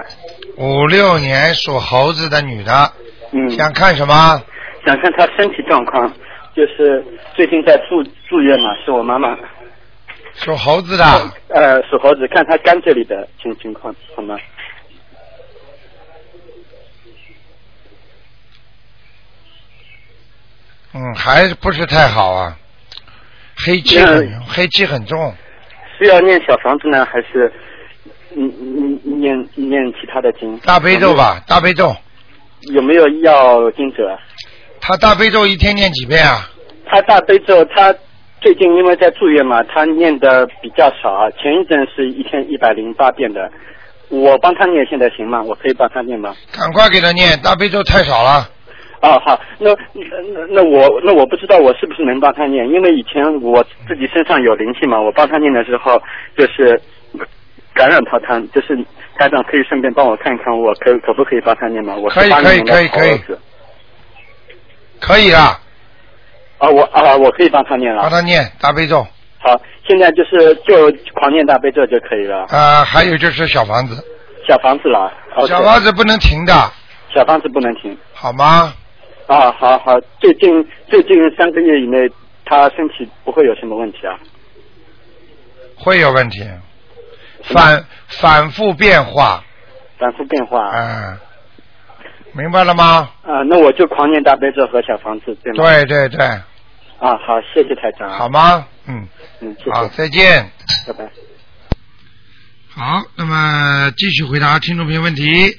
S1: 五六年属猴子的女的，
S9: 嗯，
S1: 想看什么？
S9: 想看她身体状况，就是最近在住住院嘛，是我妈妈，
S1: 属猴子的，
S9: 呃，属猴子，看她肝这里的情情况好吗？
S1: 嗯，还不是太好啊，黑气很黑气很重，
S9: 是要念小房子呢，还是嗯嗯嗯念念其他的经？
S1: 大悲咒吧，
S9: 嗯
S1: 大悲咒，
S9: 有没有？有没有要经者？啊
S1: 他大悲咒一天念几遍啊？
S9: 她大悲咒，她最近因为在住院嘛，她念的比较少啊。前一阵是一天一百零八遍的，我帮她念现在行吗？我可以帮她念吗？
S1: 赶快给他念，大悲咒太少了，
S9: 哦，好，那那那我那我不知道我是不是能帮她念，因为以前我自己身上有灵性嘛，我帮她念的时候就是感染到她，就是家长可以顺便帮我看一看，我可可不可以帮她念吗？我
S1: 可以
S9: 是八
S1: 可以
S9: 零年的
S1: 可以
S9: 猴
S1: 可以
S9: 子
S1: 可以啦，
S9: 啊，我啊我可以帮她念
S1: 帮
S9: 了。
S1: 他念大悲咒，
S9: 好，现在就是就狂念大悲咒就可以了。
S1: 啊、还有就是小房子，
S9: 小房子了，OK
S1: 小房子不能停的，
S9: 小房子不能停。
S1: 好吗？
S9: 啊，好好，最近最近三个月以内，他身体不会有什么问题啊？
S1: 会有问题，反反复变化，
S9: 反复变化啊、
S1: 嗯，明白了吗？
S9: 那我就狂念大悲咒和小房子，对吗？
S1: 对对对，
S9: 啊，好，谢谢台长。
S1: 好？吗？嗯，
S9: 嗯，谢谢。
S1: 好，再见。
S9: 拜拜。
S1: 好，那么继续回答听众朋友问题。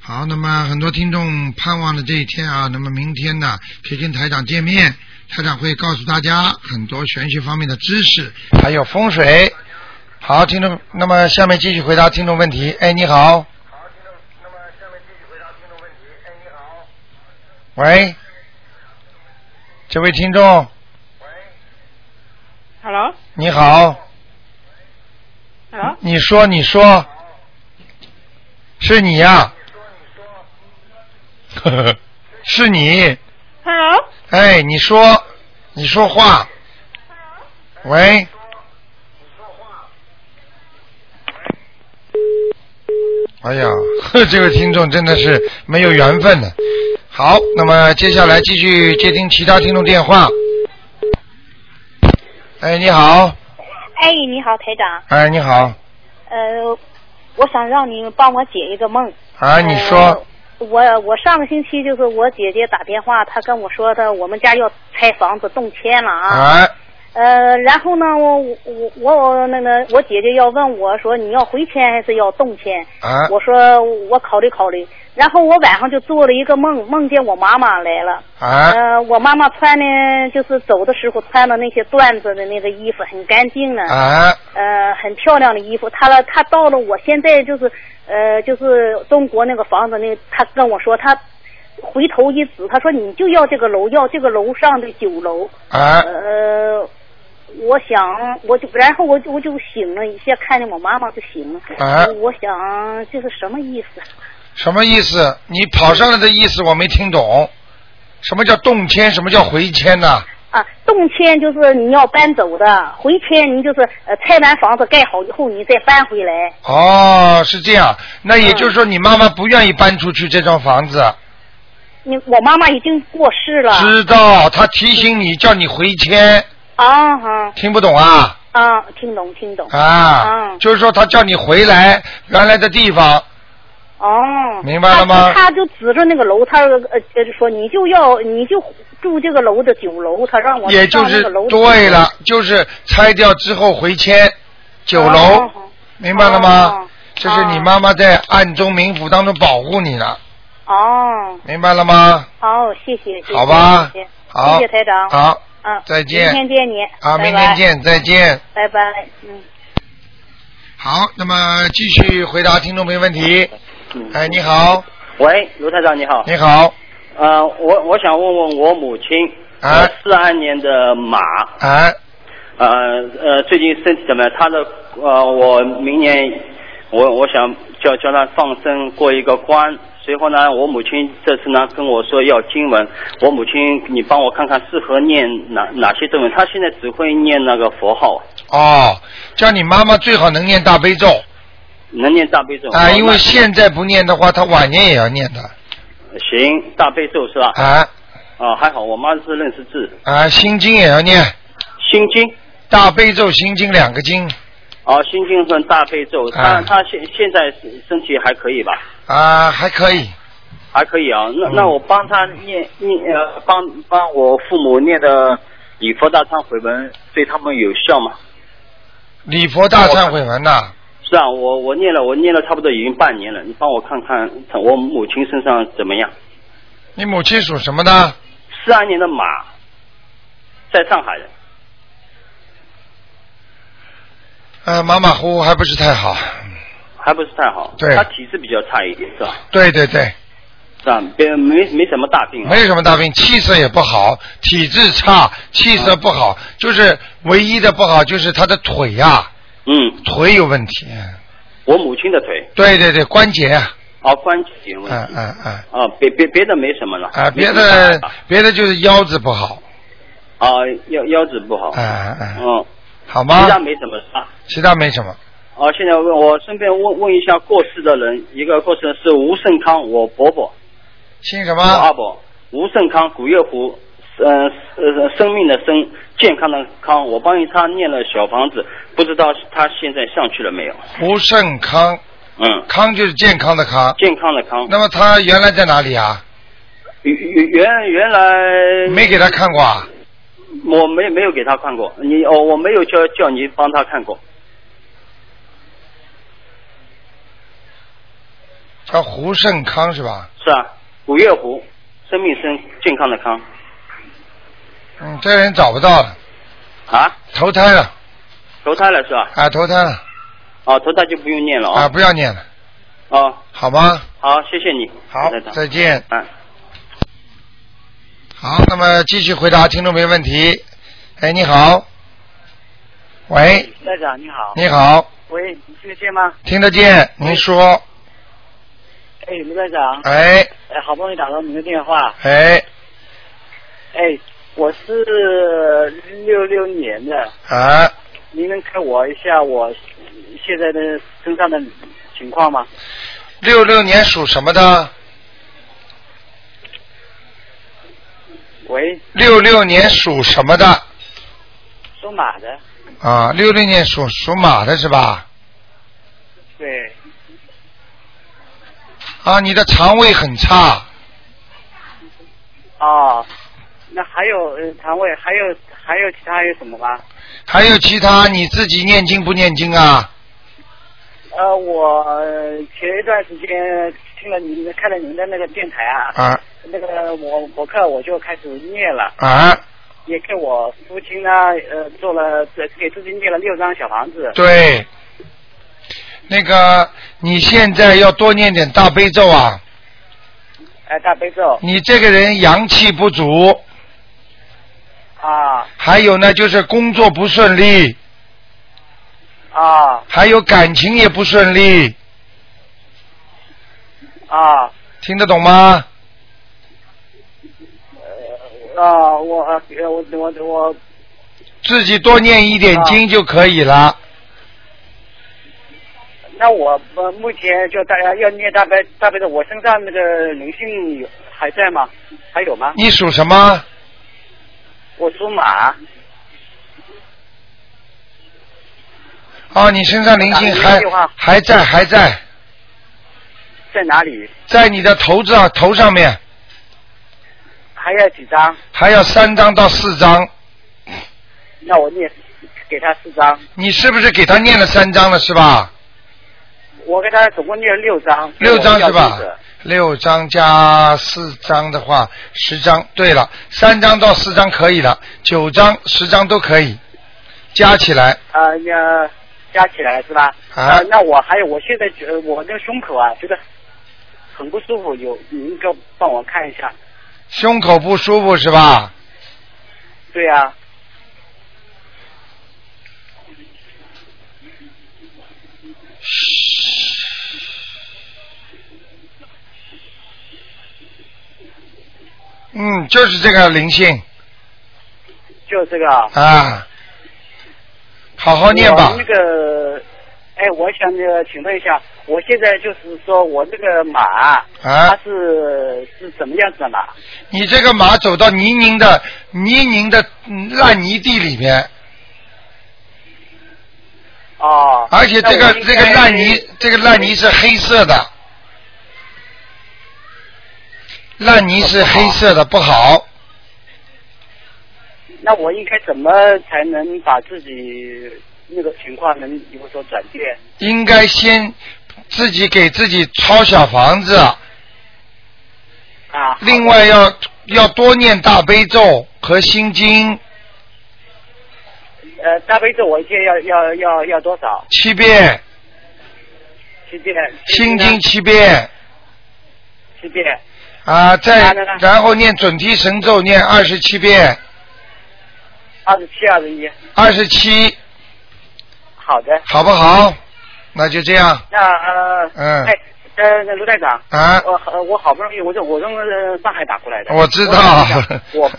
S1: 好，那么很多听众盼望的这一天啊，那么明天呢，可以跟台长见面，台长会告诉大家很多玄学方面的知识，还有风水。好，听众，那么下面继续回答听众问题。哎，你好。喂，这位听众，
S10: Hello，
S1: 你好。
S10: Hello，
S1: 你说，你说，是你呀、 呵，是你，
S10: Hello，
S1: 哎，你说，你说话，喂，哎呀， 呵，这位听众真的是没有缘分呢。好，那么接下来继续接听其他听众电话。哎，你好，
S11: 哎，你好，台长。
S1: 哎，你好，
S11: 呃，我想让你帮我解一个梦。呃
S1: 啊，你说，
S11: 我我上个星期就是我姐姐打电话，她跟我说的，我们家要拆房子动迁了啊。
S1: 哎，
S11: 呃，然后呢，我我我我那个我姐姐要问我说你要回迁还是要动迁？
S1: 啊
S11: 我说我考虑考虑。然后我晚上就做了一个梦，梦见我妈妈来了。
S1: 啊
S11: 呃，我妈妈穿的就是走的时候穿的那些缎子的那个衣服，很干净呢。
S1: 啊
S11: 呃，很漂亮的衣服。她了，她到了我现在就是呃，就是中国那个房子那，她跟我说她。回头一指，她说：“你就要这个楼，要这个楼上的九楼。”
S1: 啊
S11: 呃，我想，我就然后我就我就醒了一下，看见我妈妈就醒了。
S1: 啊
S11: 我想这是什么意思？
S1: 什么意思？你跑上来的意思我没听懂，什么叫动迁？什么叫回迁呢、
S11: 啊，动迁就是你要搬走的，回迁你就是呃拆完房子盖好以后你再搬回来。
S1: 哦，是这样。那
S11: 嗯
S1: 也就是说，你妈妈不愿意搬出去这幢房子，
S11: 你我妈妈已经过世了。
S1: 知道？她提醒你，叫你回迁，
S11: 啊哈
S1: 听不懂啊？
S11: 啊，听懂听懂。
S1: 啊，
S11: 嗯
S1: 就是说她叫你回来原来的地方。
S11: 哦，
S1: 明白了吗
S11: 他他就指着那个楼，他呃呃说你就要你就住这个楼的九楼，他让我
S1: 也就
S11: 上那
S1: 是
S11: 个楼的
S1: 对
S11: 九楼
S1: 了，就是拆掉之后回迁九楼，
S11: 哦
S1: 明白了吗？这是你妈妈在暗中冥府当中保护你了，
S11: 哦，
S1: 明白了吗？
S11: 好，哦谢谢，谢谢
S1: 好吧
S11: 谢谢
S1: 好
S11: 谢谢台长，
S1: 好，
S11: 嗯，
S1: 再见
S11: 明天见你，
S1: 啊，
S11: 拜
S1: 明天
S11: 拜
S1: 见，再见。
S11: 拜拜，嗯，
S1: 好，那么继续回答听众朋友问题。
S11: 嗯
S1: 哎，你好，
S12: 喂，哎卢台长你好。
S1: 你。好，
S12: 呃，我我想问问我母亲，呃
S1: 啊
S12: 四二年的马，
S1: 哎，
S12: 呃呃，最近身体怎么样？她的呃，我明年我我想叫叫她放生过一个关。随后呢，我母亲这次呢跟我说要经文，我母亲你帮我看看适合念哪哪些咒文？她现在只会念那个佛号，
S1: 哦，叫你妈妈最好能念大悲咒
S12: 能念大悲咒。
S1: 啊，因为
S12: 那
S1: 现在不念的话，她晚年也要念的
S12: 行大悲咒是吧？
S1: 啊
S12: 啊，还好我妈是认识字。
S1: 啊，心经也要念，
S12: 心经，
S1: 大悲咒、心经两个经
S12: 哦，心经和大悲咒，
S1: 哎
S12: 他他现现在身体还可以吧？
S1: 啊，还可以，
S12: 还可以啊，那
S1: 嗯
S12: 那我帮他念念呃，帮帮我父母念的礼佛大忏悔文，对他们有效吗？
S1: 礼佛大忏悔文呐、
S12: 是啊，我我念了，我念了差不多已经半年了，你帮我看看我母亲身上怎么样？
S1: 你母亲属什么呢？
S12: 四二年的马，在上海的，
S1: 呃，马马虎虎还不是太好。
S12: 还不是太好，
S1: 对
S12: 他体质比较差一点，是吧？
S1: 对对对，
S12: 是吧？别没没什么大病、啊，
S1: 没什么大病，气色也不好，体质差，气色不好，就是唯一的不好就是他的腿呀、
S12: 嗯，
S1: 腿有问题。
S12: 我母亲的腿，
S1: 对对对，关节啊，
S12: 哦，关节有问题。
S1: 嗯嗯嗯，
S12: 啊，别别别的没什么了
S1: 啊，别
S12: 没什么大碍
S1: 的别的就是腰子不好，
S12: 啊、腰腰子不好，
S1: 哎哎哎，
S12: 嗯，
S1: 好吗
S12: 其？他没什么事啊。
S1: 其他没什么。
S12: 啊，现在问我顺便问问一下过世的人，一个过世的是吴胜康，我伯伯。
S1: 姓什么？
S12: 我二伯，吴胜康，古月湖，呃呃，生命的生，健康的康。我帮他念了小房子，不知道他现在上去了没有？
S1: 吴胜康。
S12: 嗯。
S1: 康就是健康的康。
S12: 健康的康。
S1: 那么他原来在哪里啊？
S12: 原原原来
S1: 没给他看过啊？
S12: 我没没有给他看过，你哦，我没有叫叫你帮他看过。
S1: 叫胡胜康是吧？
S12: 是啊，古月湖，生命生，健康的康
S1: 嗯，这人找不到了，
S12: 啊，
S1: 投胎了
S12: 投胎了是吧？
S1: 啊，投胎了
S12: 啊，投胎就不用念了
S1: 啊，
S12: 啊。
S1: 不要念了，
S12: 哦，
S1: 好吗？
S12: 好，谢谢你。
S1: 好
S12: 台长
S1: 再见。
S13: 哎
S12: 嗯。
S1: 好，那么继续回答听众朋友问题。哎，你好，喂，
S13: 台长你好。
S1: 你好。
S13: 喂，你听得见吗？
S1: 听得见，您说，
S13: 哎，卢台长。
S1: 哎。
S13: 哎，好不容易打到您的电话。
S1: 哎，
S13: 哎，我是六六年的，
S1: 啊，
S13: 您能看我一下我现在的身上的情况吗？
S1: 六六年属什么的？
S13: 喂，
S1: 六六年属什么的？
S13: 属马的，
S1: 啊，六六年属属马的是吧？
S13: 对，
S1: 啊，你的肠胃很差，
S13: 哦，那还有呃肠胃，还有还有其他还有什么吗？
S1: 还有其他你自己念经不念经啊？
S13: 呃，我呃前一段时间听了您的看了您的那个电台啊，
S1: 啊
S13: 那个我博客我就开始念了，
S1: 啊，
S13: 也给我父亲呢呃做了给给自己念了六张小房子。
S1: 对，那个你现在要多念点大悲咒啊，
S13: 哎、大悲咒
S1: 你这个人阳气不足，
S13: 啊
S1: 还有呢就是工作不顺利，
S13: 啊
S1: 还有感情也不顺利，
S13: 啊
S1: 听得懂吗？
S13: 啊！我呃我我我
S1: 自己多念一点经就可以了。
S13: 那我呃目前就大家要念大悲大悲咒，我身上那个灵性有还在吗？还有吗？
S1: 你属什么？
S13: 我属马，
S1: 啊，你身上灵性还还在还在
S13: 在哪里？
S1: 在你的头子啊头上面，
S13: 还要几张？
S1: 还要三张到四张。
S13: 那我念给他四张，
S1: 你是不是给他念了三张了是吧？
S13: 我给他总共念了六张。
S1: 六张是
S13: 我要
S1: 吧
S13: 记着？
S1: 六张加四张的话，十张。对了，三张到四张可以了，九张、十张都可以，加起来
S13: 啊，那加起来是吧？
S1: 啊
S13: 呃那我还有，我现在觉得我那个胸口啊，觉得很不舒服，有您给我帮我看一下。
S1: 胸口不舒服是吧？
S13: 对啊，
S1: 嗯，就是这个灵性
S13: 就这个啊。
S1: 啊，好好念吧
S13: 我。那个，哎，我想那个请问一下，我现在就是说我那个马，
S1: 啊
S13: 它是是怎么样子的马？
S1: 你这个马走到泥泞的泥泞的嗯烂泥地里面，
S13: 哦。
S1: 而且这
S13: 那
S1: 个
S13: 我应该
S1: 这个烂泥，这个烂泥是黑色的，烂泥是黑色的，不好。
S13: 那我应该怎么才能把自己那个情况能有所转变？
S1: 应该先自己给自己抄小房子，
S13: 啊，
S1: 另外要要多念大悲咒和心经
S13: 呃，大悲咒我一天要要要要多少？
S1: 七遍，
S13: 七遍。
S1: 心经七遍
S13: 七遍。
S1: 啊，再
S13: 好的好的
S1: 然后念准提神咒念二十七遍，
S13: 二十七，二十一。
S1: 二十七
S13: 好的。
S1: 好不好？那就这样
S13: 那呃，
S1: 嗯
S13: 哎，呃，那卢台长，
S1: 啊
S13: 我 呃我好不容易，我就我从呃上海打过来的，
S1: 我知道
S13: 我想一想我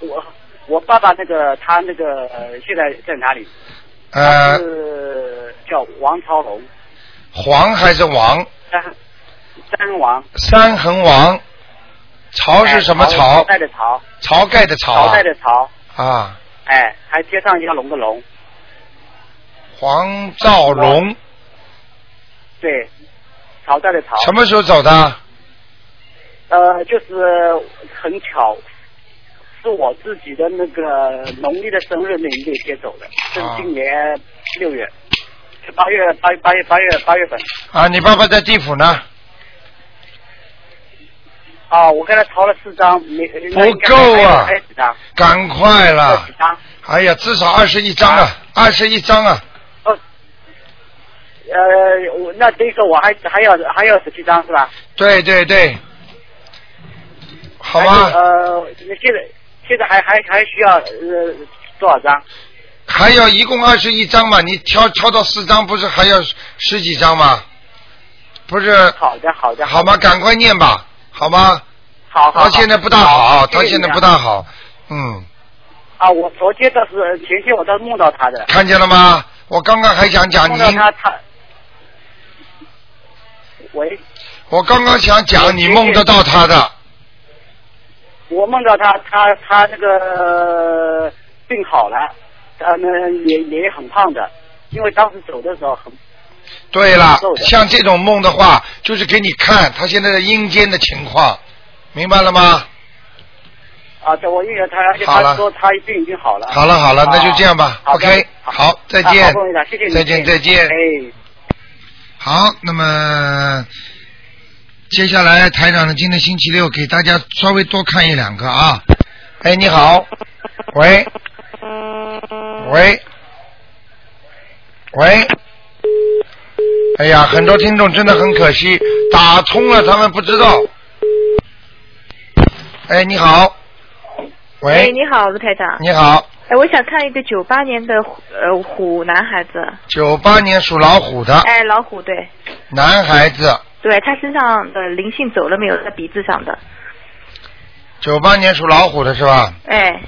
S13: 我我爸爸那个他那个呃现在在哪里？
S1: 呃，
S13: 是叫王超龙，
S1: 黄还是王？
S13: 三三王。哎
S1: 三横王，朝是什么
S13: 朝
S1: 朝？
S13: 代的朝。
S1: 朝盖的朝
S13: 朝
S1: 啊
S13: 代的朝，
S1: 啊，
S13: 哎，还接上一条龙的龙，
S1: 黄兆龙
S13: 对，朝代的朝。
S1: 什么时候走的？
S13: 呃，就是很巧，是我自己的那个农历的生日那一那天走的，是
S1: 啊
S13: 今年六月，是八月八八月八月八月份。
S1: 啊，你爸爸在地府呢？
S13: 啊，我跟他抄了四张，没
S1: 不够啊
S13: 还有几张？
S1: 赶快
S13: 还有
S1: 了
S13: 几！张？
S1: 哎呀，至少二十一张啊，二十一张啊！
S13: 呃，我那这个我还还要还要十七张是吧？
S1: 对对对，好
S13: 还是
S1: 吧，
S13: 呃，现在现在还还还需要呃多少张？
S1: 还要一共二十一张嘛，你挑挑到四张，不是还要十几张吗？不是，
S13: 好的好的。
S1: 好吗？赶快念吧，好吗？
S13: 好好。
S1: 他现在不大好，
S13: 谢谢
S1: 他
S13: 你
S1: 现在
S13: 啊
S1: 不大。好，嗯，
S13: 啊，我昨天倒是前天我倒是梦到他的。
S1: 看见了吗？我刚刚还想讲
S13: 梦
S1: 你
S13: 啊到，他他。喂，
S1: 我刚刚想讲你梦得到他的，
S13: 我梦到他，他他那个呃病好了，呃，那也也很胖的，因为当时走的时候很
S1: 对了
S13: 瘦，的
S1: 像这种梦的话，就是给你看他现在的阴间的情况，明白了吗？
S13: 啊，对，我遇见他，而且
S1: 好了
S13: 他说他病已经好了。
S1: 好了好了，那就这样吧。
S13: 啊好的
S1: OK，好，再
S13: 啊好
S1: 见
S13: 不容易了，谢谢你，
S1: 再见，再见。
S13: 哎。
S1: 好，那么接下来台长呢，今天星期六给大家稍微多看一两个啊。哎，你好，喂，喂，喂，哎呀，很多听众真的很可惜，打通了他们不知道。哎，你好，
S14: 哎，
S1: 喂，
S14: 你好，卢台长。
S1: 你。好，
S14: 哎，我想看一个九八年的虎呃虎男孩子。
S1: 九八年属老虎的
S14: 哎，老虎对，
S1: 男孩子，
S14: 对他身上的灵性走了没有？在鼻子上的。
S1: 九八年属老虎的是吧？
S14: 哎，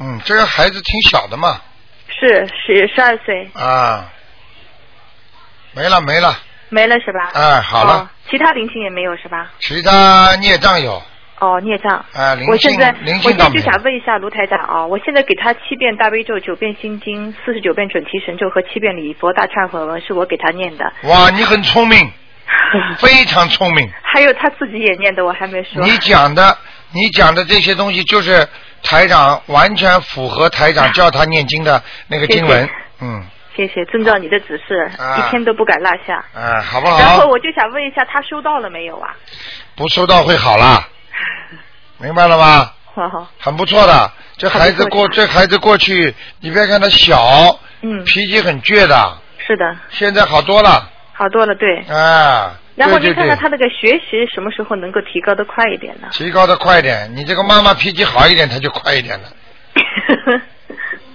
S1: 嗯，这个孩子挺小的嘛，
S14: 是十十二岁，
S1: 啊，没了没了，
S14: 没了是吧？
S1: 哎，好了，
S14: 哦其他灵性也没有是吧？
S1: 其他孽障有，
S14: 哦，孽障。
S1: 啊，灵
S14: 我
S1: 性
S14: 现在
S1: 灵
S14: 我
S1: 性
S14: 现
S1: 倒
S14: 在
S1: 没
S14: 就
S1: 有，
S14: 想问一下卢台长啊，我现在给他七遍大悲咒、九遍心经、四十九遍准提神咒和七遍礼佛大忏悔文是我给他念的，
S1: 哇，你很聪 明，非常聪明，
S14: 还有他自己也念的，我还没说。
S1: 你讲的你讲的这些东西就是台长完全符合台 长叫他念经的那个经文
S14: 谢谢，
S1: 嗯，
S14: 谢谢，遵照你的指示，
S1: 啊
S14: 一天都不敢落下。
S1: 哎，好不
S14: 然后
S1: 好？
S14: 我就想问一下，他收到了没有啊？
S1: 不收到会好啦，明白了吗？
S14: 好好，
S1: 很不错的。这孩子过，这孩子过去，你别看他小，
S14: 嗯，
S1: 脾气很倔的，
S14: 是的，
S1: 现在好多了
S14: 好多了，对。
S1: 啊。
S14: 然后
S1: 对
S14: 就
S1: 对
S14: 看
S1: 对
S14: 看他那个学习什么时候能够提高的快一点呢？
S1: 提高的快点，你这个妈妈脾气好一点，他就快一点 了。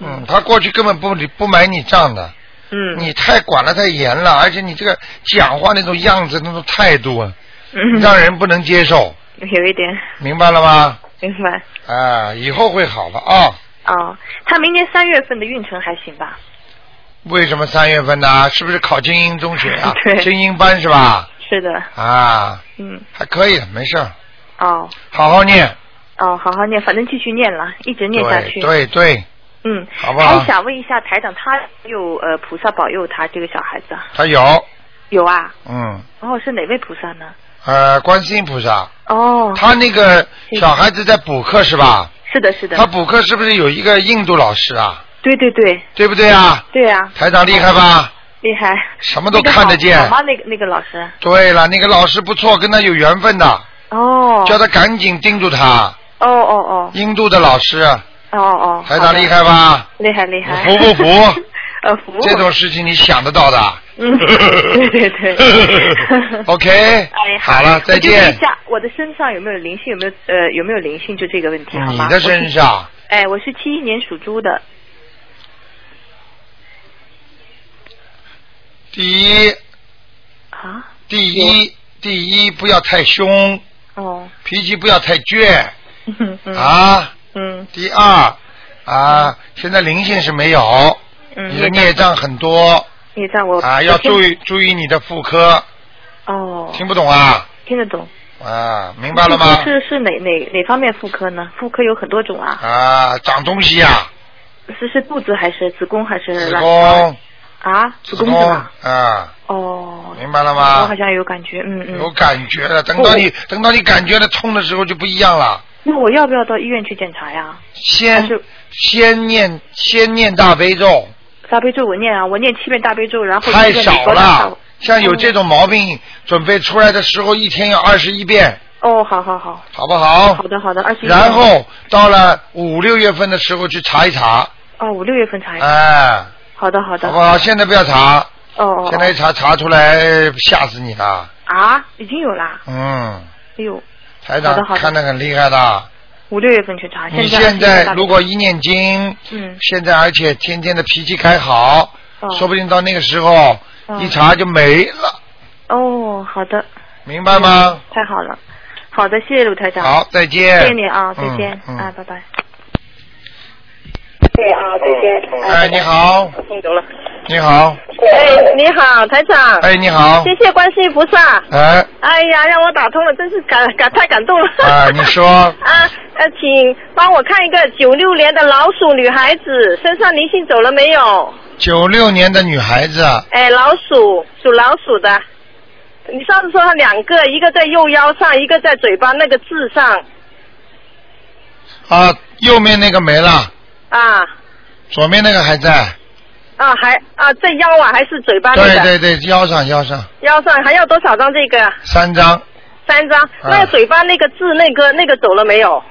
S1: 嗯，他过去根本不理不买你账的。
S14: 嗯。
S1: 你太管得太严了，而且你这个讲话那种样子、那种态度啊，
S14: 嗯
S1: 让人不能接受，
S14: 有一点，
S1: 明白了吗？
S14: 明白。
S1: 啊，以后会好的啊。
S14: 哦，他明年三月份的运程还行吧？？
S1: 为什么三月份呢？是不是考精英中学啊
S14: 对
S1: 精英班是吧？
S14: 是的，
S1: 啊，
S14: 嗯，
S1: 还可以的，没事儿，
S14: 哦
S1: 好好念，
S14: 哦，好好念，反正继续念了，一直念下去。
S1: 对对对，
S14: 嗯，
S1: 好不好
S14: 还？想问一下台长，他有呃菩萨保佑他这个小孩子啊
S1: 他有，
S14: 有啊？
S1: 嗯，
S14: 哦，是哪位菩萨呢？
S1: 呃，观世音菩萨，
S14: 哦，
S1: 他那个小孩子在补课是吧？
S14: 是的，是的，
S1: 他补课是不是有一个印度老师啊？
S14: 对对对，
S1: 对不对啊？
S14: 对啊，
S1: 台长厉害吧？
S14: 厉害，
S1: 什么都看得见
S14: 那个好好吗？那个那个老师，
S1: 对了，那个老师不错，跟他有缘分的，
S14: 哦，
S1: 叫他赶紧盯住他。
S14: 哦哦哦，
S1: 印度的老师，
S14: 哦哦，
S1: 台长
S14: 好的
S1: 厉害吧？
S14: 厉害厉害，
S1: 服不服？
S14: 呃服，
S1: 这种事情你想得到的。
S14: 嗯，对 对对
S1: OK，
S14: 哎，
S1: 好了，再
S14: 我就问一
S1: 见。
S14: 下我的身上有没有灵性？有没有呃有没有灵性？就这个问题好吗？
S1: 你的身上
S14: 我是？哎，我是七一年属猪的。
S1: 第一，
S14: 啊，
S1: 第一，第一不要太凶，
S14: 哦，
S1: 脾气不要太倔
S14: 嗯嗯
S1: 啊。
S14: 嗯
S1: 第二，啊，现在灵性是没有，
S14: 嗯，哦
S1: 你的孽障很多
S14: 孽障我
S1: 啊，要注意注意你的妇科，
S14: 哦，
S1: 听不懂啊？
S14: 听得懂，
S1: 啊，明白了吗？
S14: 是是哪哪哪方面妇科呢？妇科有很多种啊，
S1: 啊，长东西啊，
S14: 是是肚子还是子宫还是
S1: 子
S14: 卵巢
S1: 宫，
S14: 啊？子
S1: 子
S14: 宫
S1: 宫
S14: 是吧？
S1: 啊，
S14: 哦，
S1: 明白了
S14: 我
S1: 吗
S14: 好？像有感觉，嗯嗯。哦
S1: 有感觉了，等到你等到你感觉了痛的时候就不一样了。
S14: 那我要不要到医院去检查呀？啊
S1: 先先念先念大悲咒，
S14: 大悲咒我念啊，我念七遍大悲咒，然后
S1: 太
S14: 一个礼
S1: 少
S14: 佛嗯大忏
S1: 了。像有这种毛病，准备出来的时候一天要二十一遍，
S14: 哦，好好好，
S1: 好不好？
S14: 好的好的，二十一。
S1: 然后到了五六月份的时候去查一查，
S14: 哦，五六月份查一下。
S1: 哎，
S14: 好的好的。
S1: 好不好？现在不要查，
S14: 哦哦。哦
S1: 现在一查查出来吓死你了。
S14: 啊，已经有啦。
S1: 嗯，
S14: 哎呦，
S1: 台长
S14: 好的好的
S1: 看得很厉害的。
S14: 五六月份去查。
S1: 你
S14: 啊在
S1: 现
S14: 还是
S1: 在
S14: 大悲
S1: 如果一念经，
S14: 嗯
S1: 现在而且天天的脾气开好，
S14: 哦
S1: 说不定到那个时候
S14: 哦
S1: 一查就没了，
S14: 哦，好的。嗯
S1: 明白吗？
S14: 太好了，好的，谢谢卢台长。
S1: 好再见
S14: 谢谢你啊，再见、
S1: 嗯嗯
S14: 啊，拜拜。
S15: 对啊，再见。
S1: 哎，你好，
S15: 听懂了。
S1: 你好，
S15: 哎，你好，台长。
S1: 哎你好
S15: 谢谢观世音菩萨。
S1: 哎
S15: 哎呀，让我打通了，真是感感太感动了。
S1: 啊，你说
S15: 啊，呃，请帮我看一个九六年的老鼠女孩子身上灵性走了没有？
S1: 九六年的女孩子啊，
S15: 哎，老鼠属老鼠的，你上次说她两个，一个在右腰上，一个在嘴巴那个痣上
S1: 啊，右面那个没了，
S15: 啊
S1: 左面那个还在，
S15: 啊，还啊在腰啊还是嘴巴那
S1: 对
S15: 个？
S1: 对对，腰上腰上
S15: 腰上还要多少张这个？
S1: 三张，
S15: 三
S1: 啊
S15: 张。那个嘴巴那个痣，那个那个走了没有？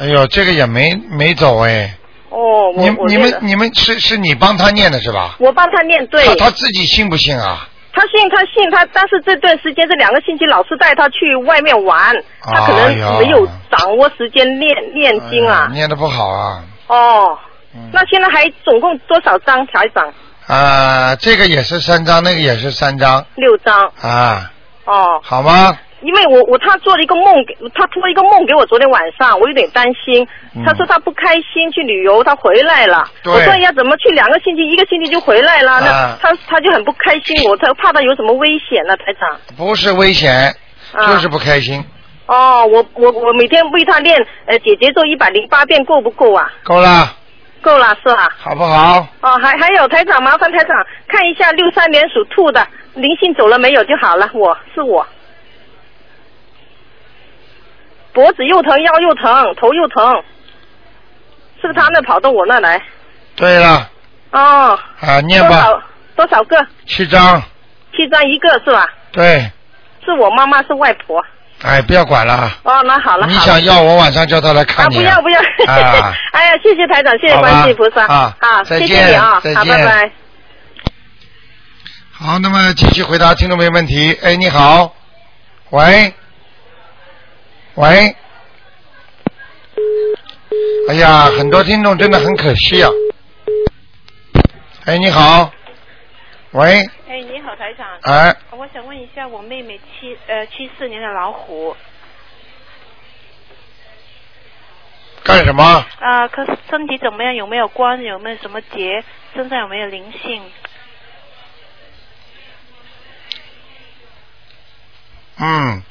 S1: 哎呦，这个也没没走哎，
S15: 哦，我
S1: 你
S15: 我
S1: 你
S15: 念
S1: 们
S15: 了
S1: 你们是是你帮他念的是吧？
S15: 我帮他念对。
S1: 他他自己信不信啊？
S15: 他信他信他，但是这段时间这两个星期老是带他去外面玩，他可
S1: 哎呀
S15: 能没有掌握时间念念经啊。
S1: 念的不好啊，
S15: 哦，
S1: 嗯
S15: 那现在还总共多少张台长？
S1: 啊，这个也是三张，那个也是三张
S15: 六张。
S1: 啊，
S15: 哦，
S1: 好吗？
S15: 因为我我他做了一个梦给，他托了一个梦给我，昨天晚上我有点担心。
S1: 嗯
S15: 他说他不开心去旅游，他回来了。
S1: 对
S15: 我说要怎么去两个星期，一个星期就回来了？
S1: 啊
S15: 那他他就很不开心，我他怕他有什么危险呢、台长。
S1: 不是危险，
S15: 啊
S1: 就是不开心，
S15: 哦，我我我每天为他练呃姐姐做一百零八遍够不够啊？
S1: 够了，
S15: 够了是吧？
S1: 好不好？
S15: 哦，还还有台长，麻烦台长看一下六三年属兔的灵性走了没有就好了，我是我。脖子又疼，腰又疼，头又疼，是不是他那跑到我那来？
S1: 对了，
S15: 哦，
S1: 啊，念
S15: 多
S1: 吧，
S15: 少多少个？
S1: 七张，
S15: 七张一个是吧？
S1: 对，
S15: 是我妈妈是外婆。
S1: 哎，不要管了，
S15: 哦，那好了。
S1: 你
S15: 好了
S1: 想要我晚上叫他来看
S15: 啊，
S1: 你
S15: 不要不要！
S1: 啊
S15: 哎呀，谢谢台长，谢谢
S1: 好吧
S15: 观世音菩萨
S1: 啊
S15: 好，
S1: 再
S15: 谢
S1: 见
S15: 谢你啊，
S1: 再
S15: 好，
S1: 见
S15: 拜拜。
S1: 好，那么继续回答听众朋友问题。哎，你好，喂，喂，哎呀，很多听众真的很可惜啊。哎，你好，喂，
S10: 哎，你好，台长。啊
S1: 哎
S10: 我想问一下，我妹妹七呃七四年的老虎，
S1: 干什么？
S10: 啊、可是身体怎么样？有没有关？有没有什么结？身上有没有灵性？
S1: 嗯，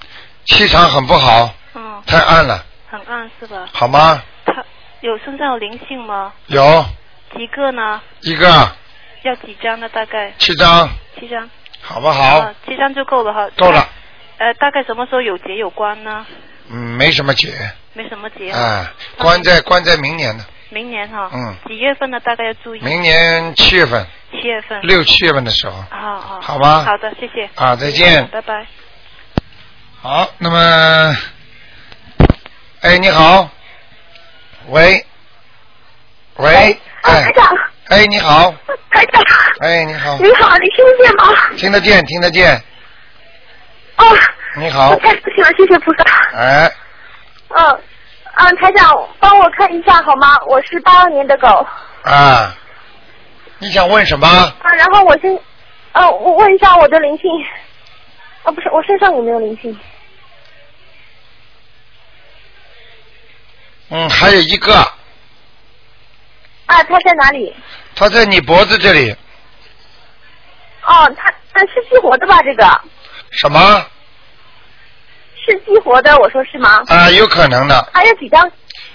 S1: 气场很不好，
S10: 嗯，
S1: 太暗了，
S10: 很暗是吧？
S1: 好吗？
S10: 她有身上有灵性吗？
S1: 有
S10: 几个呢？
S1: 一个
S10: 要几张呢？大概
S1: 七张，
S10: 七张。
S1: 好不好
S10: 啊？七张就够了哈。
S1: 够了，
S10: 呃，大概什么时候有结有关呢？
S1: 嗯，没什么解，
S10: 没什么结。
S1: 哎，关在关在明年呢，
S10: 明年哈。
S1: 嗯
S10: 几月份呢？大概要注意。
S1: 明年七月份，
S10: 七月份。
S1: 六七月份的时候。
S10: 好好。
S1: 好吧
S10: 好的，谢谢。嗯
S1: 啊再见
S10: 拜拜。
S1: 好，那么，哎，你好，喂，喂，哎，哎，你好，
S16: 台长，
S1: 哎，你好，
S16: 你好，你听得见吗？
S1: 听得见，听得见，
S16: 哦，
S1: 你好
S16: 我，太高兴了，谢谢菩萨。
S1: 哎，
S16: 嗯，啊，台长，帮我看一下好吗？我是八二年的狗，
S1: 啊，你想问什么？
S16: 啊，然后我先，呃，我问一下我的灵性，啊，不是，我身上有没有灵性？
S1: 嗯，还有一个，
S16: 啊，他在哪里？
S1: 他在你脖子这里，
S16: 哦，他他是激活的吧？这个
S1: 什么啊、
S16: 是激活的，我说是吗？
S1: 啊有可能的，
S16: 还有几张？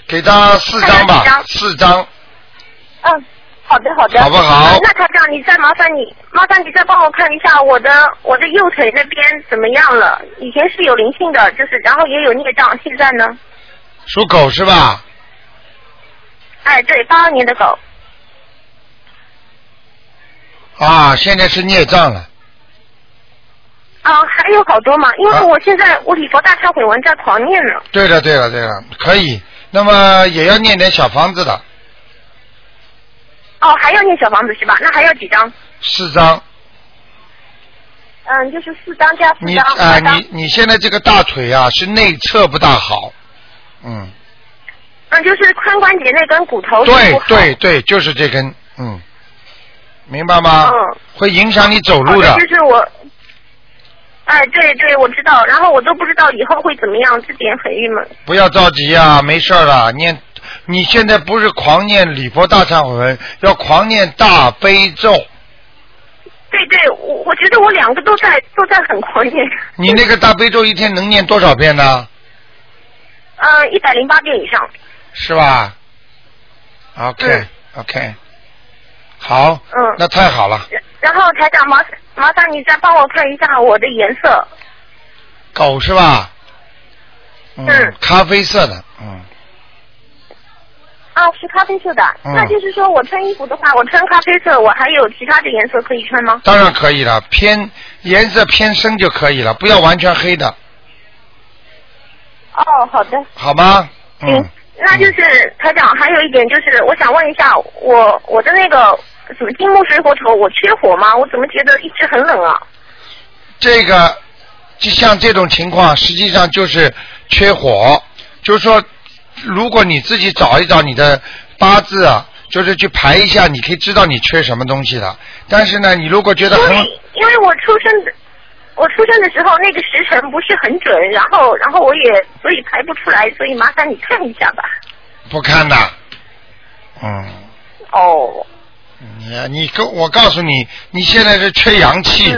S1: 给他四张
S16: 还有几
S1: 吧
S16: 张，
S1: 四张。
S16: 嗯，好的好的。
S1: 好不好
S16: 那台长，你再麻烦你，麻烦你再帮我看一下我的我的右腿那边怎么样了？以前是有灵性的，就是然后也有孽障，现在呢？
S1: 属狗是吧？
S16: 哎，对，八二年的狗。
S1: 啊，现在是孽障了。
S16: 啊，还有好多嘛，因为我现在我礼佛大忏悔文在狂念呢。
S1: 对了，对了，对了，可以。那么也要念点小房子的，
S16: 哦，还要念小房子是吧？那还要几张？
S1: 四张。
S16: 嗯，就是四张加四
S1: 你
S16: 张。
S1: 啊、
S16: 八张
S1: 你你现在这个大腿啊是内侧不大好，嗯，
S16: 嗯，就是髋关节那根骨头是
S1: 对
S16: 不好
S1: 对对，就是这根，嗯，明白吗？
S16: 嗯
S1: 会影响你走路的
S16: 哦。就是我，哎，对对，我知道。然后我都不知道以后会怎么样，这点很郁闷。
S1: 不要着急啊，没事儿了。念，你现在不是狂念礼佛大忏悔文，要狂念大悲咒。
S16: 对对，我我觉得我两个都在都在很狂念，
S1: 你那个大悲咒一天能念多少遍呢？
S16: 嗯，一百零八遍以上。
S1: 是吧？OK、OK，好，
S16: 嗯
S1: 那太好了。
S16: 然后台长麻烦麻烦你再帮我看一下我的颜色，
S1: 狗是吧？嗯，
S16: 嗯
S1: 咖啡色的，嗯，
S16: 啊，是咖啡色的。
S1: 嗯
S16: 那就是说我穿衣服的话，我穿咖啡色，我还有其他的颜色可以穿吗？
S1: 当然可以了，偏颜色偏深就可以了，不要完全黑的，
S16: 哦，好的。
S1: 好吗？嗯，
S16: 那就是台长，还有一点就是，我想问一下，我我的那个什么金木水火土，我缺火吗？我怎么觉得一直很冷啊？
S1: 这个就像这种情况，实际上就是缺火，就是说，如果你自己找一找你的八字啊，就是去排一下，你可以知道你缺什么东西了。但是呢，你如果觉得很
S16: 因为我出生的，我出生的时候那个时辰不是很准，然后然后我也所以排不出来，所以麻烦你看一下吧。
S1: 不看的，嗯，
S16: 哦，
S1: 你你跟我告诉你，你现在是缺阳气。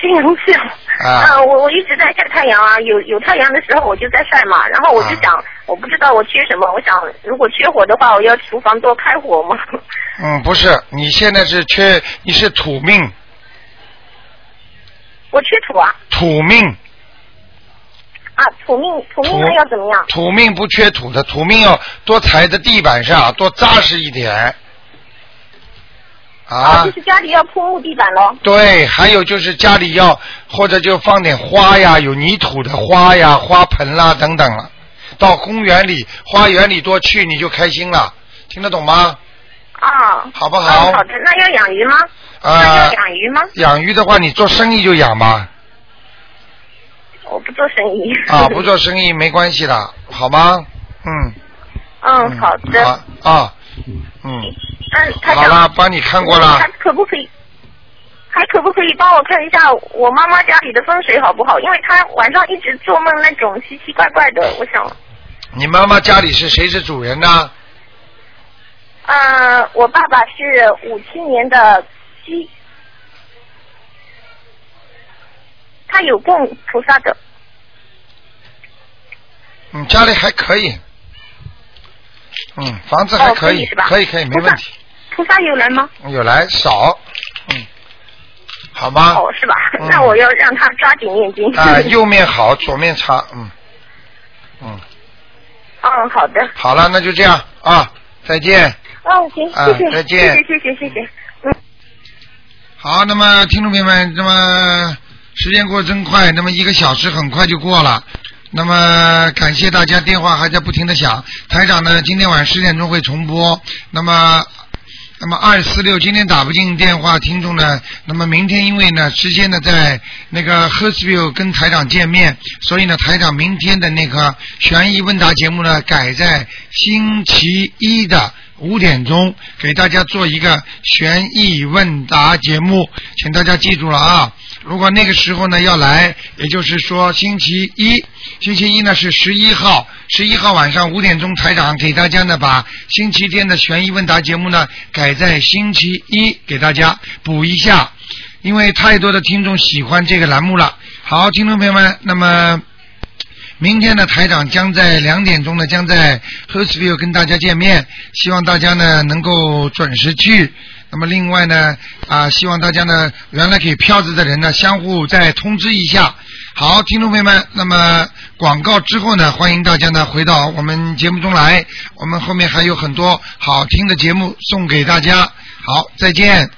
S16: 这阳气
S1: 啊
S16: 呃我我一直在晒太阳啊，有有太阳的时候我就在晒嘛，然后我就
S1: 啊
S16: 想，我不知道我缺什么，我想如果缺火的话，我要厨房多开火嘛。
S1: 嗯，不是，你现在是缺，你是土命，
S16: 我缺土啊
S1: 土命，
S16: 啊，土命土
S1: 土
S16: 命那要怎么样？
S1: 土命不缺土的，土命要多踩在地板上，多扎实一点。啊
S16: 啊就，是家里要铺木地板喽。
S1: 对，还有就是家里要或者就放点花呀，有泥土的花呀、花盆啦等等了。到公园里、花园里多去，你就开心了，听得懂吗？
S16: 啊，
S1: 好不好？
S16: 嗯好的，那要养鱼吗？
S1: 啊、
S16: 要养鱼吗？
S1: 养鱼的话，你做生意就养吧，
S16: 我不做生意。
S1: 啊，不。做生意没关系的，好吗？嗯，
S16: 嗯，好的。
S1: 好啊，嗯，
S16: 嗯，台
S1: 好
S16: 长。
S1: 了，帮你看过了
S16: 还。可不可以？还可不可以帮我看一下我妈妈家里的风水好不好？因为她晚上一直做梦那种奇奇怪怪的，我想，
S1: 你妈妈家里是谁是主人呢？
S16: 呃，我爸爸是五七年的鸡，他有供菩萨的，
S1: 嗯，家里还可以，嗯，房子还
S16: 哦可
S1: 以，
S16: 以是吧
S1: 可以可以，没问题。
S16: 菩萨有来吗？
S1: 有来少，嗯，好吗？
S16: 哦，是吧？
S1: 嗯
S16: 那我要让他抓紧念经。
S1: 啊、右面好，左面差，嗯，嗯，
S16: 嗯，好的。
S1: 好了，那就这样啊，再见。
S16: 嗯，行，
S1: 啊
S16: 谢谢，
S1: 再见
S16: 谢谢，谢谢，谢谢。
S1: 好，那么听众朋友们，那么时间过得真快，那么一个小时很快就过了。那么感谢大家，电话还在不停的响。台长呢，今天晚上十点钟会重播。那么，那么二四六今天打不进电话，听众呢，那么明天因为呢时间呢在那个 h e r s v i l l e 跟台长见面，所以呢台长明天的那个悬疑问答节目呢改在星期一的。五点钟给大家做一个悬疑问答节目，请大家记住了啊！如果那个时候呢要来，也就是说星期一，星期一呢是十一号，十一号晚上五点钟，台长给大家呢把星期天的悬疑问答节目呢改在星期一给大家补一下，因为太多的听众喜欢这个栏目了。好，听众朋友们，那么。明天呢，台长将在两点钟呢，将在 h e r s v i l l e 跟大家见面，希望大家呢能够准时去。那么另外呢，啊，希望大家呢原来给票子的人呢相互再通知一下。好，听众朋友们，那么广告之后呢，欢迎大家呢回到我们节目中来，我们后面还有很多好听的节目送给大家。好，再见。